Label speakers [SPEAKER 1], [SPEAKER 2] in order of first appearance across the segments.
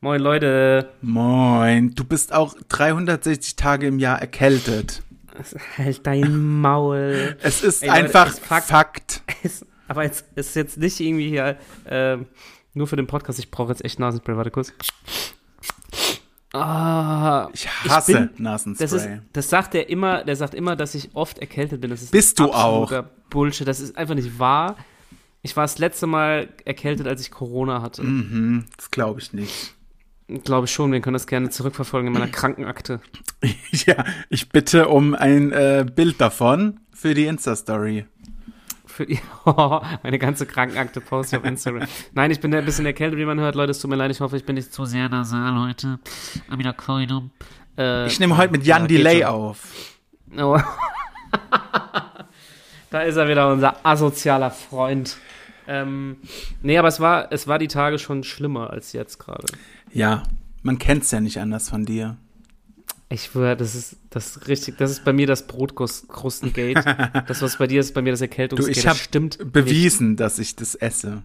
[SPEAKER 1] Moin Leute.
[SPEAKER 2] Moin, du bist auch 360 Tage im Jahr erkältet.
[SPEAKER 1] Halt dein Maul.
[SPEAKER 2] Es ist
[SPEAKER 1] Ey, Leute,
[SPEAKER 2] einfach
[SPEAKER 1] es fuckt.
[SPEAKER 2] Fakt.
[SPEAKER 1] Es- aber es ist jetzt nicht irgendwie hier ähm, nur für den Podcast. Ich brauche jetzt echt Nasenspray. Warte kurz. Ah,
[SPEAKER 2] Ich hasse
[SPEAKER 1] das ist,
[SPEAKER 2] Nasenspray.
[SPEAKER 1] das sagt er immer. Der sagt immer, dass ich oft erkältet bin. Das ist
[SPEAKER 2] Bist du
[SPEAKER 1] absoluter Bullshit. Das ist einfach nicht wahr. Ich war das letzte Mal erkältet, als ich Corona hatte.
[SPEAKER 2] Mhm, das glaube ich nicht.
[SPEAKER 1] Glaube ich schon. Wir können das gerne zurückverfolgen in meiner Krankenakte.
[SPEAKER 2] ja, ich bitte um ein äh, Bild davon für die Insta-Story.
[SPEAKER 1] Für eine ganze Krankenakte poste ich auf Instagram. Nein, ich bin da ein bisschen erkältet, wie man hört. Leute, es tut mir leid. Ich hoffe, ich bin nicht zu sehr nasal heute. Am wieder Coinum. Äh,
[SPEAKER 2] Ich nehme heute mit Jan
[SPEAKER 1] ja, geht
[SPEAKER 2] Delay
[SPEAKER 1] schon.
[SPEAKER 2] auf.
[SPEAKER 1] Oh. da ist er wieder, unser asozialer Freund. Ähm, nee, aber es war, es war die Tage schon schlimmer als jetzt gerade.
[SPEAKER 2] Ja, man kennt's ja nicht anders von dir.
[SPEAKER 1] Ich würde, das ist das ist richtig, das ist bei mir das Brotkrustengate. das, was bei dir ist, bei mir das
[SPEAKER 2] Du,
[SPEAKER 1] Erkältungsgate.
[SPEAKER 2] ich
[SPEAKER 1] Das
[SPEAKER 2] habe
[SPEAKER 1] stimmt nicht.
[SPEAKER 2] bewiesen, dass ich das esse.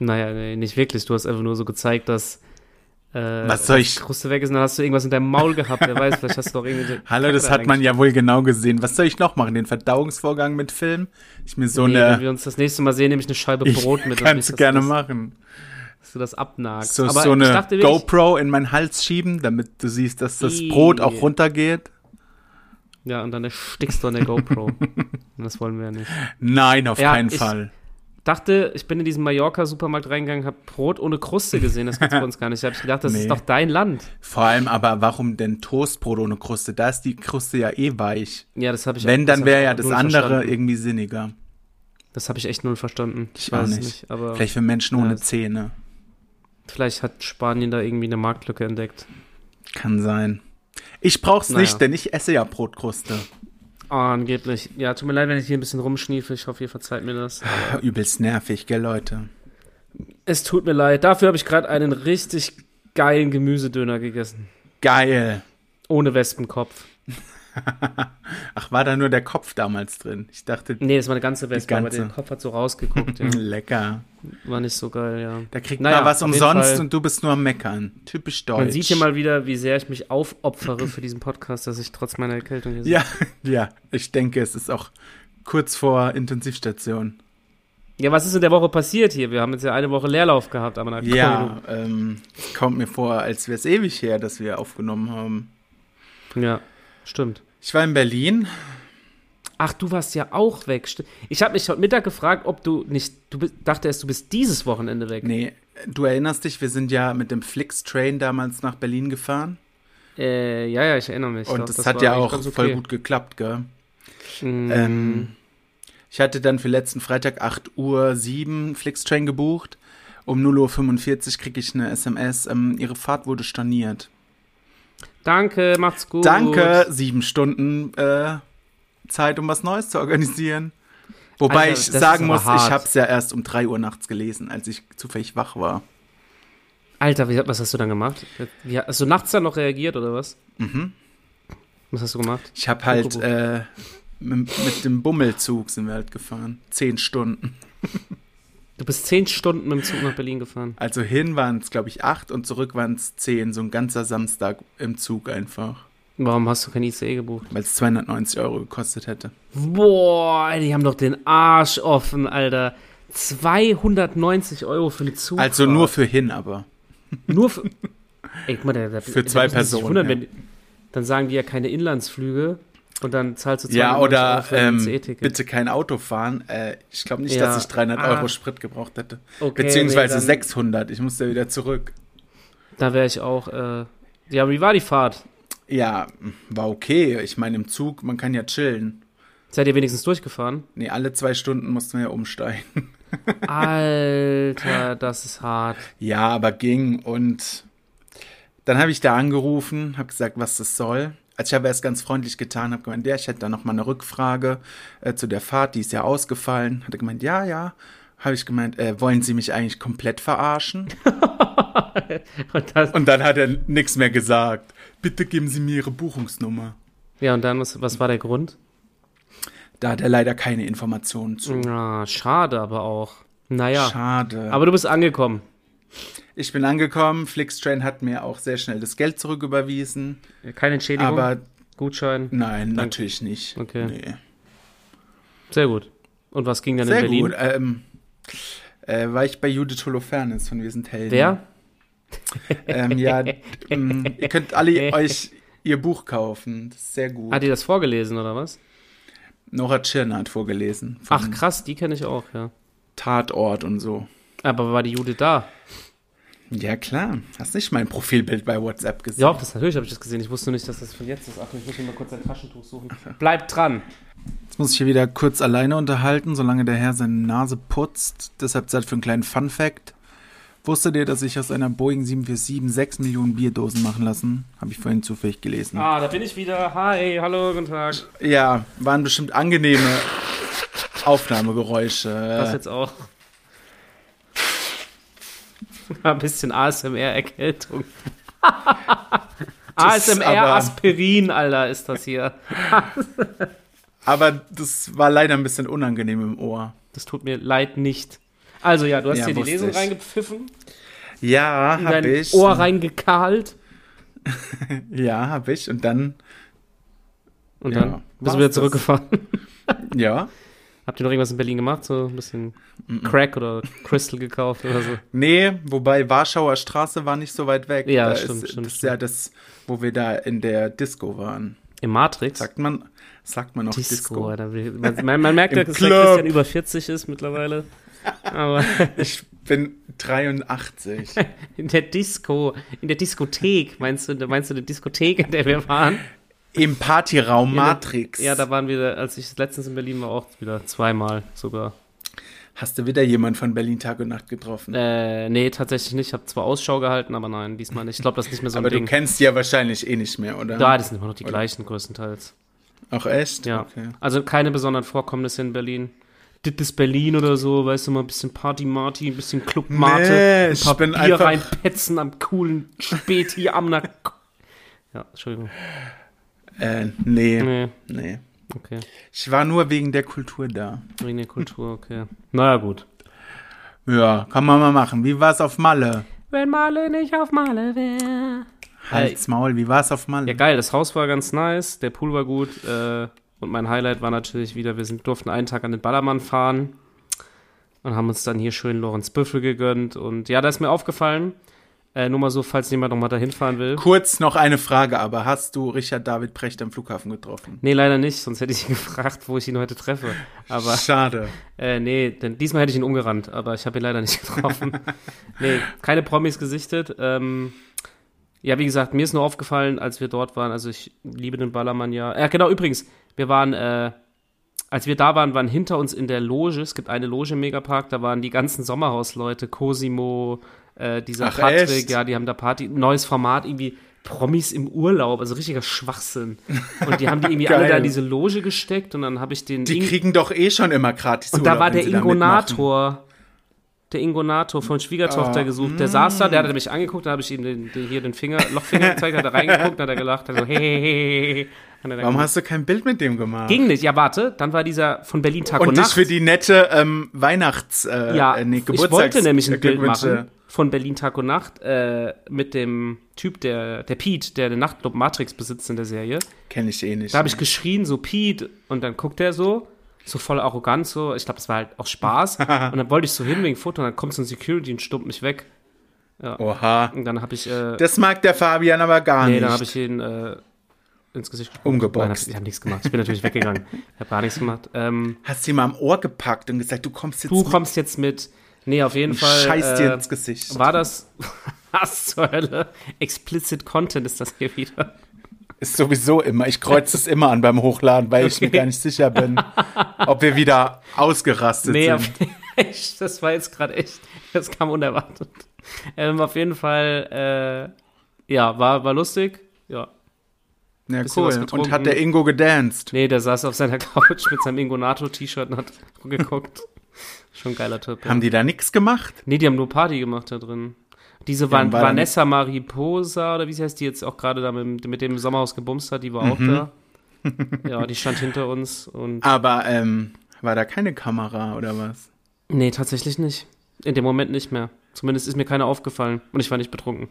[SPEAKER 1] Naja, nee, nicht wirklich. Du hast einfach nur so gezeigt, dass äh,
[SPEAKER 2] Was soll ich?
[SPEAKER 1] Kruste weg ist und dann hast du irgendwas in deinem Maul gehabt. Wer weiß, vielleicht hast du auch irgendwie.
[SPEAKER 2] Hallo, das hat man ja wohl genau gesehen. Was soll ich noch machen? Den Verdauungsvorgang mit Film? Ich mir so
[SPEAKER 1] Nee, wenn wir
[SPEAKER 2] eine.
[SPEAKER 1] uns das nächste Mal sehen, nehme ich eine Scheibe
[SPEAKER 2] Ich
[SPEAKER 1] Brot mit. damit
[SPEAKER 2] kannst
[SPEAKER 1] ich
[SPEAKER 2] du
[SPEAKER 1] das-
[SPEAKER 2] gerne
[SPEAKER 1] dass,
[SPEAKER 2] machen.
[SPEAKER 1] Dass du das abnagst.
[SPEAKER 2] So,
[SPEAKER 1] Aber
[SPEAKER 2] so
[SPEAKER 1] ich
[SPEAKER 2] eine
[SPEAKER 1] dachte wirklich,
[SPEAKER 2] GoPro in meinen Hals schieben, damit du siehst, dass das
[SPEAKER 1] Ih.
[SPEAKER 2] Brot auch runtergeht.
[SPEAKER 1] Ja, und dann erstickst du an der GoPro. und das wollen wir ja nicht.
[SPEAKER 2] Nein, auf
[SPEAKER 1] Ja,
[SPEAKER 2] keinen
[SPEAKER 1] ich-
[SPEAKER 2] Fall.
[SPEAKER 1] Dachte, ich bin in diesen Mallorca-Supermarkt reingegangen, habe Brot ohne Kruste gesehen. Das gibt's bei uns gar nicht. Da habe ich gedacht, das
[SPEAKER 2] Nee.
[SPEAKER 1] ist doch dein Land.
[SPEAKER 2] Vor allem aber, warum denn Toastbrot ohne Kruste? Da ist die Kruste ja eh weich.
[SPEAKER 1] Ja, das habe ich.
[SPEAKER 2] Wenn,
[SPEAKER 1] das
[SPEAKER 2] dann
[SPEAKER 1] hab ich
[SPEAKER 2] wäre ja
[SPEAKER 1] auch
[SPEAKER 2] das
[SPEAKER 1] null
[SPEAKER 2] andere
[SPEAKER 1] verstanden.
[SPEAKER 2] irgendwie sinniger.
[SPEAKER 1] Das habe ich echt null verstanden.
[SPEAKER 2] Ich
[SPEAKER 1] weiß
[SPEAKER 2] auch
[SPEAKER 1] es
[SPEAKER 2] nicht.
[SPEAKER 1] aber
[SPEAKER 2] Vielleicht für Menschen ohne
[SPEAKER 1] Ja, das-
[SPEAKER 2] Zähne.
[SPEAKER 1] Vielleicht hat Spanien da irgendwie eine Marktlücke entdeckt.
[SPEAKER 2] Kann sein. Ich brauch's
[SPEAKER 1] Naja.
[SPEAKER 2] nicht, denn ich esse ja Brotkruste.
[SPEAKER 1] Ah, angeblich. Ja, tut mir leid, wenn ich hier ein bisschen rumschniefe. Ich hoffe, ihr verzeiht mir das.
[SPEAKER 2] Übelst nervig, gell, Leute?
[SPEAKER 1] Es tut mir leid. Dafür habe ich gerade einen richtig geilen Gemüsedöner gegessen.
[SPEAKER 2] Geil.
[SPEAKER 1] Ohne Wespenkopf.
[SPEAKER 2] Ach, war da nur der Kopf damals drin? Ich dachte,
[SPEAKER 1] Nee, das war eine ganze Wespe,
[SPEAKER 2] ganze.
[SPEAKER 1] aber der Kopf hat so rausgeguckt. Ja.
[SPEAKER 2] lecker.
[SPEAKER 1] War nicht so geil, ja.
[SPEAKER 2] Da kriegt
[SPEAKER 1] Naja,
[SPEAKER 2] man was
[SPEAKER 1] auf jeden
[SPEAKER 2] umsonst
[SPEAKER 1] Fall.
[SPEAKER 2] und du bist nur am Meckern. Typisch deutsch.
[SPEAKER 1] Man sieht hier mal wieder, wie sehr ich mich aufopfere für diesen Podcast, dass ich trotz meiner Erkältung hier
[SPEAKER 2] Ja, ja. Ich denke, es ist auch kurz vor Intensivstation.
[SPEAKER 1] sitze. Ja, was ist in der Woche passiert hier? Wir haben jetzt ja eine Woche Leerlauf gehabt, aber nach
[SPEAKER 2] Ja, ähm, es kommt mir vor, als wäre es ewig her, dass wir aufgenommen haben.
[SPEAKER 1] Ja, stimmt.
[SPEAKER 2] Ich war in Berlin.
[SPEAKER 1] Ach, du warst ja auch weg. Sti- Ich habe mich heute Mittag gefragt, ob du nicht, du bist, dachte erst, du bist dieses Wochenende weg.
[SPEAKER 2] Nee, du erinnerst dich, wir sind ja mit dem Flix-Train damals nach Berlin gefahren.
[SPEAKER 1] Äh, ja, ja, ich erinnere mich.
[SPEAKER 2] und
[SPEAKER 1] doch,
[SPEAKER 2] das,
[SPEAKER 1] das
[SPEAKER 2] hat
[SPEAKER 1] war
[SPEAKER 2] ja
[SPEAKER 1] eigentlich
[SPEAKER 2] auch
[SPEAKER 1] ganz okay.
[SPEAKER 2] voll gut geklappt, gell?
[SPEAKER 1] Mhm.
[SPEAKER 2] Ähm, ich hatte dann für letzten Freitag 8 Uhr 7 Flixtrain gebucht. Um 0.45 Uhr kriege ich eine SMS, ähm, ihre Fahrt wurde storniert.
[SPEAKER 1] Danke, macht's gut.
[SPEAKER 2] Danke, sieben Stunden äh, Zeit, um was Neues zu organisieren. Wobei
[SPEAKER 1] Alter,
[SPEAKER 2] ich
[SPEAKER 1] das
[SPEAKER 2] sagen
[SPEAKER 1] ist aber
[SPEAKER 2] muss,
[SPEAKER 1] hart.
[SPEAKER 2] ich habe es ja erst um 3 Uhr nachts gelesen, als ich zufällig wach war.
[SPEAKER 1] Alter, wie, was hast du dann gemacht? Wie, hast du nachts dann noch reagiert oder was?
[SPEAKER 2] Mhm.
[SPEAKER 1] Was hast du gemacht?
[SPEAKER 2] Ich habe halt
[SPEAKER 1] Kuckuck.
[SPEAKER 2] äh, mit, mit dem Bummelzug sind wir halt gefahren. Zehn Stunden.
[SPEAKER 1] Du bist zehn Stunden mit dem Zug nach Berlin gefahren.
[SPEAKER 2] Also hin waren es, glaube ich, acht und zurück waren es zehn. So ein ganzer Samstag im Zug einfach.
[SPEAKER 1] Warum hast du kein ICE gebucht?
[SPEAKER 2] Weil es 290 Euro gekostet hätte.
[SPEAKER 1] Boah, die haben doch den Arsch offen, Alter. 290 Euro für den Zug.
[SPEAKER 2] Also nur für hin, aber.
[SPEAKER 1] Nur für. Ey, guck mal, da, da,
[SPEAKER 2] Für zwei
[SPEAKER 1] da müssen die sich
[SPEAKER 2] Personen,
[SPEAKER 1] Wundern,
[SPEAKER 2] ja.
[SPEAKER 1] wenn, dann sagen die ja keine Inlandsflüge und dann zahlst du 200
[SPEAKER 2] Ja, oder
[SPEAKER 1] Euro für ein E
[SPEAKER 2] ähm,
[SPEAKER 1] ICE-Ticket.
[SPEAKER 2] bitte kein Auto fahren. Äh, ich glaube nicht,
[SPEAKER 1] Ja.
[SPEAKER 2] dass ich 300
[SPEAKER 1] Ah.
[SPEAKER 2] Euro Sprit gebraucht hätte.
[SPEAKER 1] Okay,
[SPEAKER 2] Beziehungsweise
[SPEAKER 1] nee, dann-
[SPEAKER 2] 600. Ich musste wieder zurück.
[SPEAKER 1] Da wäre ich auch. Äh, ja, wie war die Fahrt?
[SPEAKER 2] Ja, war okay. Ich meine, im Zug, man kann ja chillen.
[SPEAKER 1] Seid ihr wenigstens durchgefahren?
[SPEAKER 2] Nee, alle zwei Stunden mussten wir ja umsteigen.
[SPEAKER 1] Alter, das ist hart.
[SPEAKER 2] Ja, aber ging und dann habe ich da angerufen, habe gesagt, was das soll. Also ich habe erst ganz freundlich getan, habe gemeint, ja, ich hätte da noch mal eine Rückfrage äh, zu der Fahrt, die ist ja ausgefallen. Hat er gemeint, ja, ja. Habe ich gemeint, äh, wollen Sie mich eigentlich komplett verarschen?
[SPEAKER 1] Und das,
[SPEAKER 2] Und dann hat er nichts mehr gesagt. Bitte geben Sie mir Ihre Buchungsnummer.
[SPEAKER 1] ja, und dann, was, was war der Grund?
[SPEAKER 2] Da hat er leider keine Informationen zu.
[SPEAKER 1] Ah, schade, aber auch. Naja,
[SPEAKER 2] Schade.
[SPEAKER 1] aber du bist angekommen.
[SPEAKER 2] Ich bin angekommen. Flixtrain hat mir auch sehr schnell das Geld zurücküberwiesen.
[SPEAKER 1] Keine Entschädigung,
[SPEAKER 2] Aber
[SPEAKER 1] Gutschein.
[SPEAKER 2] nein, natürlich nicht.
[SPEAKER 1] Okay.
[SPEAKER 2] Nee.
[SPEAKER 1] Sehr gut. Und was ging dann
[SPEAKER 2] Sehr
[SPEAKER 1] in Berlin?
[SPEAKER 2] gut. Ähm, äh, war ich bei Judith Holofernes von Wir sind Helden.
[SPEAKER 1] Wer?
[SPEAKER 2] Ähm, ja, d- ähm, ihr könnt alle euch ihr Buch kaufen. Das ist sehr gut.
[SPEAKER 1] Hat Ah, die das vorgelesen oder was?
[SPEAKER 2] Nora Tschirner hat vorgelesen. Vom
[SPEAKER 1] Ach krass, die kenne ich auch, ja.
[SPEAKER 2] Tatort und so.
[SPEAKER 1] Aber war die Jude da?
[SPEAKER 2] Ja, klar. Hast nicht mein Profilbild bei WhatsApp gesehen?
[SPEAKER 1] Ja, auch das natürlich habe ich das gesehen. Ich wusste nicht, dass das von jetzt ist. Ach, ich muss mir mal kurz ein Taschentuch suchen. Bleibt dran.
[SPEAKER 2] Jetzt muss ich hier wieder kurz alleine unterhalten, solange der Herr seine Nase putzt. Deshalb Zeit für einen kleinen Fun-Fact. Wusstet ihr, dass ich aus einer Boeing 747 6 Millionen Bierdosen machen lassen? Habe ich vorhin zufällig gelesen.
[SPEAKER 1] Ah, da bin ich wieder. Hi, hallo, guten Tag.
[SPEAKER 2] Ja, waren bestimmt angenehme
[SPEAKER 1] Das
[SPEAKER 2] Aufnahmegeräusche.
[SPEAKER 1] jetzt auch. Ein bisschen ASMR-Erkältung.
[SPEAKER 2] Das ist aber-
[SPEAKER 1] ASMR-Aspirin, Alter, ist das hier.
[SPEAKER 2] Aber das war leider ein bisschen unangenehm im Ohr.
[SPEAKER 1] Das tut mir leid nicht. Also ja, du hast
[SPEAKER 2] Ja,
[SPEAKER 1] hier die
[SPEAKER 2] wusste
[SPEAKER 1] Lesung
[SPEAKER 2] ich.
[SPEAKER 1] reingepfiffen,
[SPEAKER 2] Ja,
[SPEAKER 1] in
[SPEAKER 2] hab
[SPEAKER 1] dein
[SPEAKER 2] ich.
[SPEAKER 1] Ohr reingekahlt
[SPEAKER 2] Ja, hab ich. Und dann,
[SPEAKER 1] und
[SPEAKER 2] Ja,
[SPEAKER 1] dann bist
[SPEAKER 2] war's
[SPEAKER 1] du wieder
[SPEAKER 2] das.
[SPEAKER 1] zurückgefahren.
[SPEAKER 2] ja.
[SPEAKER 1] Habt ihr noch irgendwas in Berlin gemacht? So ein bisschen Crack oder Crystal gekauft oder so?
[SPEAKER 2] Nee, wobei Warschauer Straße war nicht so weit weg.
[SPEAKER 1] Ja,
[SPEAKER 2] da
[SPEAKER 1] stimmt,
[SPEAKER 2] ist,
[SPEAKER 1] stimmt,
[SPEAKER 2] Das ist ja das, wo wir da in der Disco waren.
[SPEAKER 1] Im Matrix?
[SPEAKER 2] Sagt man, sagt man auch
[SPEAKER 1] Disco,
[SPEAKER 2] Disco?
[SPEAKER 1] Alter. Man, man, man merkt
[SPEAKER 2] Im
[SPEAKER 1] ja, dass der
[SPEAKER 2] Club.
[SPEAKER 1] Christian über 40 ist mittlerweile. Aber
[SPEAKER 2] Ich bin 83.
[SPEAKER 1] in der Disco, in der Diskothek, meinst du, meinst du die Diskothek, in der wir waren?
[SPEAKER 2] Im Partyraum Matrix.
[SPEAKER 1] Ja, da waren wir, als ich letztens in Berlin war, auch wieder zweimal sogar.
[SPEAKER 2] Hast du wieder jemanden von Berlin Tag und Nacht getroffen?
[SPEAKER 1] Äh, nee, tatsächlich nicht. Ich habe zwar Ausschau gehalten, aber nein, diesmal nicht. Ich glaube, das ist nicht mehr so ein
[SPEAKER 2] Aber du
[SPEAKER 1] Ding.
[SPEAKER 2] kennst die ja wahrscheinlich eh nicht mehr, oder?
[SPEAKER 1] Da, das sind immer noch die gleichen größtenteils.
[SPEAKER 2] Auch echt?
[SPEAKER 1] Ja.
[SPEAKER 2] Okay.
[SPEAKER 1] Also keine besonderen Vorkommnisse in Berlin. Dit ist Berlin oder so, weißt du mal, ein bisschen Party-Marty, ein bisschen Club-Mate,
[SPEAKER 2] Nee,
[SPEAKER 1] ein
[SPEAKER 2] ich
[SPEAKER 1] paar
[SPEAKER 2] bin
[SPEAKER 1] Bier
[SPEAKER 2] einfach-
[SPEAKER 1] reinpetzen am coolen Späti am Na Ja, Entschuldigung.
[SPEAKER 2] Äh, nee, nee.
[SPEAKER 1] Nee, okay.
[SPEAKER 2] Ich war nur wegen der Kultur da.
[SPEAKER 1] Wegen der Kultur, okay. Naja, gut.
[SPEAKER 2] Ja, kann man mal machen. Wie war's auf Malle?
[SPEAKER 1] Wenn Male nicht auf Male wäre.
[SPEAKER 2] Halt's Maul, wie war's auf Malle?
[SPEAKER 1] Ja, geil, das Haus war ganz nice, der Pool war gut äh, und mein Highlight war natürlich wieder, wir sind, durften einen Tag an den Ballermann fahren und haben uns dann hier schön Lorenzbüffel gegönnt und ja, da ist mir aufgefallen, äh, nur mal so, falls jemand nochmal dahin fahren will.
[SPEAKER 2] Kurz noch eine Frage, aber hast du Richard David Precht am Flughafen getroffen?
[SPEAKER 1] Nee, leider nicht, sonst hätte ich ihn gefragt, wo ich ihn heute treffe. Aber
[SPEAKER 2] Schade.
[SPEAKER 1] äh, nee, denn diesmal hätte ich ihn umgerannt, aber ich habe ihn leider nicht getroffen. nee, keine Promis gesichtet. Ähm, ja, wie gesagt, mir ist nur aufgefallen, als wir dort waren, also ich liebe den Ballermann ja. Ja, genau, übrigens, wir waren, äh, als wir da waren, waren hinter uns in der Loge, es gibt eine Loge im Megapark, da waren die ganzen Sommerhausleute, Cosimo, äh, dieser
[SPEAKER 2] Ach,
[SPEAKER 1] Patrick,
[SPEAKER 2] echt?
[SPEAKER 1] ja, die haben da Party, neues Format, irgendwie Promis im Urlaub, also richtiger Schwachsinn. Und die haben die irgendwie alle
[SPEAKER 2] Geil.
[SPEAKER 1] da in diese Loge gesteckt und dann habe ich den
[SPEAKER 2] Die
[SPEAKER 1] Ing-
[SPEAKER 2] kriegen doch eh schon immer gratis
[SPEAKER 1] und da
[SPEAKER 2] Urlaub,
[SPEAKER 1] war
[SPEAKER 2] wenn
[SPEAKER 1] der
[SPEAKER 2] sie da mitmachen.
[SPEAKER 1] Ingonator. Der Ingonator von Schwiegertochter
[SPEAKER 2] Ah,
[SPEAKER 1] gesucht. Der saß da, der hat mich angeguckt, da habe ich ihm den, den, hier den Finger, Lochfinger gezeigt, hat er reingeguckt, hat er gelacht, hat so, hey, hey, hey, hey, hey.
[SPEAKER 2] Warum hast du kein Bild mit dem gemacht?
[SPEAKER 1] Ging nicht, ja, warte, dann war dieser von Berlin Tag und,
[SPEAKER 2] und dich
[SPEAKER 1] Nacht.
[SPEAKER 2] für die nette ähm, Weihnachts-, äh,
[SPEAKER 1] ja,
[SPEAKER 2] äh, nee,
[SPEAKER 1] ich wollte
[SPEAKER 2] Geburtstags-
[SPEAKER 1] nämlich ein Bild
[SPEAKER 2] Glückwünsche.
[SPEAKER 1] machen von Berlin Tag und Nacht äh, mit dem Typ, der, der Pete, der den Nachtclub Matrix besitzt in der Serie.
[SPEAKER 2] Kenn ich eh nicht.
[SPEAKER 1] Da habe ich geschrien, so Piet, und dann guckt er so, so voll arrogant, so, ich glaube, das war halt auch Spaß. und dann wollte ich so hin wegen Foto, und dann kommt so ein Security und stummt mich weg.
[SPEAKER 2] Oha.
[SPEAKER 1] Und dann habe ich, äh,
[SPEAKER 2] Das mag der Fabian aber gar
[SPEAKER 1] nee,
[SPEAKER 2] nicht.
[SPEAKER 1] dann habe ich ihn äh, ins Gesicht gespuckt. Nein, hab,
[SPEAKER 2] Umgeboxt.
[SPEAKER 1] ich habe nichts gemacht. Ich bin natürlich weggegangen. Ich habe gar nichts gemacht. Ähm,
[SPEAKER 2] Hast sie mal am Ohr gepackt und gesagt, du kommst jetzt
[SPEAKER 1] du kommst jetzt mit. Nee, auf jeden
[SPEAKER 2] mit,
[SPEAKER 1] Fall.
[SPEAKER 2] scheiß dir
[SPEAKER 1] äh,
[SPEAKER 2] ins Gesicht.
[SPEAKER 1] war das. Was zur Hölle? Explicit Content ist das hier wieder.
[SPEAKER 2] Ist sowieso immer. Ich kreuze es immer an beim Hochladen, weil ich mir
[SPEAKER 1] Okay.
[SPEAKER 2] gar nicht sicher bin, ob wir wieder ausgerastet
[SPEAKER 1] Nee, auf,
[SPEAKER 2] sind.
[SPEAKER 1] echt, das war jetzt gerade echt, das kam unerwartet. Ähm, auf jeden Fall, äh, ja, war, war lustig. Ja.
[SPEAKER 2] Ja,
[SPEAKER 1] bisschen was
[SPEAKER 2] cool.
[SPEAKER 1] getrunken.
[SPEAKER 2] Und hat der Ingo gedanced.
[SPEAKER 1] Nee, der saß auf seiner Couch mit seinem Ingonato-T-Shirt und hat geguckt. Schon ein geiler Typ. Ja.
[SPEAKER 2] Haben die da nichts gemacht?
[SPEAKER 1] Nee, die haben nur Party gemacht da drin. Diese Van
[SPEAKER 2] dann war da
[SPEAKER 1] Vanessa Mariposa, oder wie sie heißt, die jetzt auch gerade da mit, dem- mit dem Sommerhaus gebumst hat, die war
[SPEAKER 2] Mhm.
[SPEAKER 1] auch da. Ja, die stand hinter uns und.
[SPEAKER 2] Aber ähm, war da keine Kamera oder was?
[SPEAKER 1] Nee, tatsächlich nicht. In dem Moment nicht mehr. Zumindest ist mir keiner aufgefallen und ich war nicht betrunken.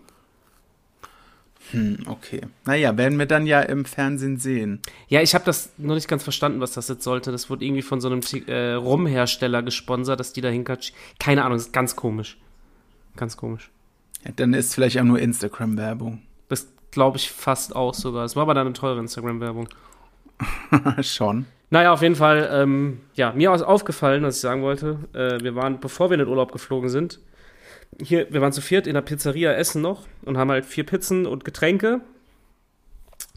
[SPEAKER 2] Hm, okay. Naja, werden wir dann ja im Fernsehen sehen.
[SPEAKER 1] Ja, ich habe das noch nicht ganz verstanden, was das jetzt sollte. Das wurde irgendwie von so einem äh, Rumhersteller gesponsert, dass die da hinkatsch. Keine Ahnung, ist ganz komisch. Ganz komisch.
[SPEAKER 2] Ja, dann ist vielleicht auch nur Instagram-Werbung.
[SPEAKER 1] Das glaube ich fast auch sogar. Es war aber dann eine teure Instagram-Werbung.
[SPEAKER 2] Ah, Schon.
[SPEAKER 1] Naja, auf jeden Fall, ähm, ja, mir ist aufgefallen, was ich sagen wollte. Äh, wir waren, bevor wir in den Urlaub geflogen sind, hier, wir waren zu viert in der Pizzeria essen noch und haben halt vier Pizzen und Getränke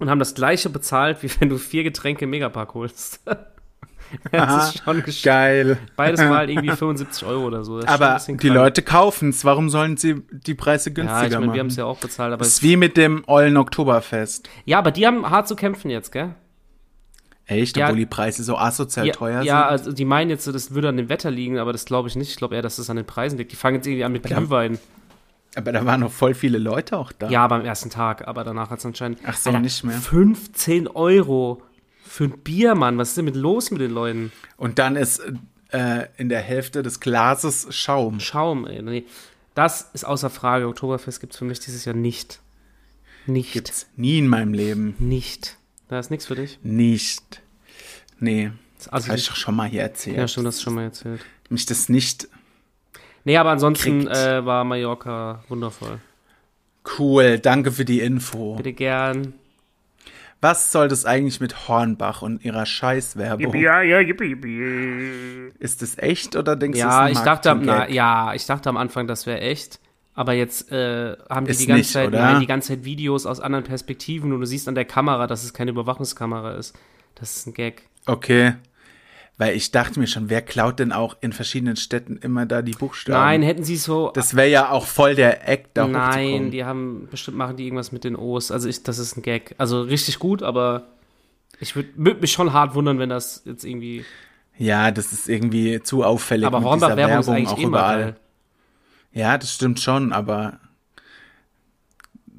[SPEAKER 1] und haben das gleiche bezahlt, wie wenn du vier Getränke im Megapark holst. das ist schon gesch-
[SPEAKER 2] Geil.
[SPEAKER 1] Beides mal irgendwie 75 Euro oder so. Das ist schon ein
[SPEAKER 2] Aber
[SPEAKER 1] bisschen
[SPEAKER 2] die
[SPEAKER 1] krank.
[SPEAKER 2] Leute kaufen es. Warum sollen sie die Preise
[SPEAKER 1] Ja,
[SPEAKER 2] günstiger
[SPEAKER 1] ich meine, wir haben
[SPEAKER 2] machen?
[SPEAKER 1] es ja auch bezahlt, aber.
[SPEAKER 2] das ist wie mit dem Ollen Oktoberfest.
[SPEAKER 1] ja, aber die haben hart zu kämpfen jetzt, gell?
[SPEAKER 2] Echt,
[SPEAKER 1] Ja.
[SPEAKER 2] obwohl die Preise so asozial
[SPEAKER 1] ja,
[SPEAKER 2] teuer sind.
[SPEAKER 1] ja, also die meinen jetzt, so, das würde an dem Wetter liegen, aber das glaube ich nicht. Ich glaube eher, dass das an den Preisen liegt. Die fangen jetzt irgendwie an mit
[SPEAKER 2] da-
[SPEAKER 1] Glühwein.
[SPEAKER 2] Aber da waren noch voll viele Leute auch da.
[SPEAKER 1] Ja, beim ersten Tag, aber danach hat es anscheinend.
[SPEAKER 2] Ach so, nicht mehr.
[SPEAKER 1] 15 Euro für ein Bier, Mann. Was ist denn mit los mit den Leuten?
[SPEAKER 2] Und dann ist äh, in der Hälfte des Glases Schaum.
[SPEAKER 1] Schaum, ey. Nee. Das ist außer Frage. Oktoberfest gibt es für mich dieses Jahr nicht. Nicht.
[SPEAKER 2] Gibt's nie in meinem Leben.
[SPEAKER 1] Nicht. Da ist nichts für dich. nicht
[SPEAKER 2] Nicht. Nee,
[SPEAKER 1] Das ist
[SPEAKER 2] das habe ich
[SPEAKER 1] also
[SPEAKER 2] doch schon mal hier erzählt.
[SPEAKER 1] ja, stimmt, das hast du schon mal erzählt.
[SPEAKER 2] Mich das nicht
[SPEAKER 1] Nee, aber ansonsten
[SPEAKER 2] Kriegt.
[SPEAKER 1] äh, war Mallorca wundervoll.
[SPEAKER 2] cool. Danke für die Info.
[SPEAKER 1] Bitte gern.
[SPEAKER 2] Was soll das eigentlich mit Hornbach und ihrer Scheißwerbung?
[SPEAKER 3] Ja, ja, yippie, yippie.
[SPEAKER 2] Ist das echt oder denkst du,
[SPEAKER 1] Ja,
[SPEAKER 2] es
[SPEAKER 1] ich
[SPEAKER 2] ist ein
[SPEAKER 1] dachte, am- na,
[SPEAKER 2] Marketing-Gag?
[SPEAKER 1] ja, ich dachte am Anfang, das wäre echt. Aber jetzt äh, haben die
[SPEAKER 2] Ist
[SPEAKER 1] die ganze
[SPEAKER 2] nicht,
[SPEAKER 1] Zeit
[SPEAKER 2] oder?
[SPEAKER 1] nein, die ganze Zeit Videos aus anderen Perspektiven und du siehst an der Kamera, dass es keine Überwachungskamera ist. Das ist ein Gag.
[SPEAKER 2] Okay. Weil ich dachte mir schon, wer klaut denn auch in verschiedenen Städten immer da die Buchstaben?
[SPEAKER 1] Nein, hätten sie so.
[SPEAKER 2] Das wäre ja auch voll der Act, da
[SPEAKER 1] nein,
[SPEAKER 2] hochzukommen.
[SPEAKER 1] die haben bestimmt machen die irgendwas mit den O's. Also ich, das ist ein Gag. Also richtig gut, aber ich würde würd mich schon hart wundern, wenn das jetzt irgendwie.
[SPEAKER 2] Ja, das ist irgendwie zu auffällig.
[SPEAKER 1] Aber
[SPEAKER 2] mit
[SPEAKER 1] Hornbach
[SPEAKER 2] dieser
[SPEAKER 1] Werbung ist eigentlich eh
[SPEAKER 2] auch
[SPEAKER 1] immer
[SPEAKER 2] überall.
[SPEAKER 1] geil.
[SPEAKER 2] Ja, das stimmt schon, aber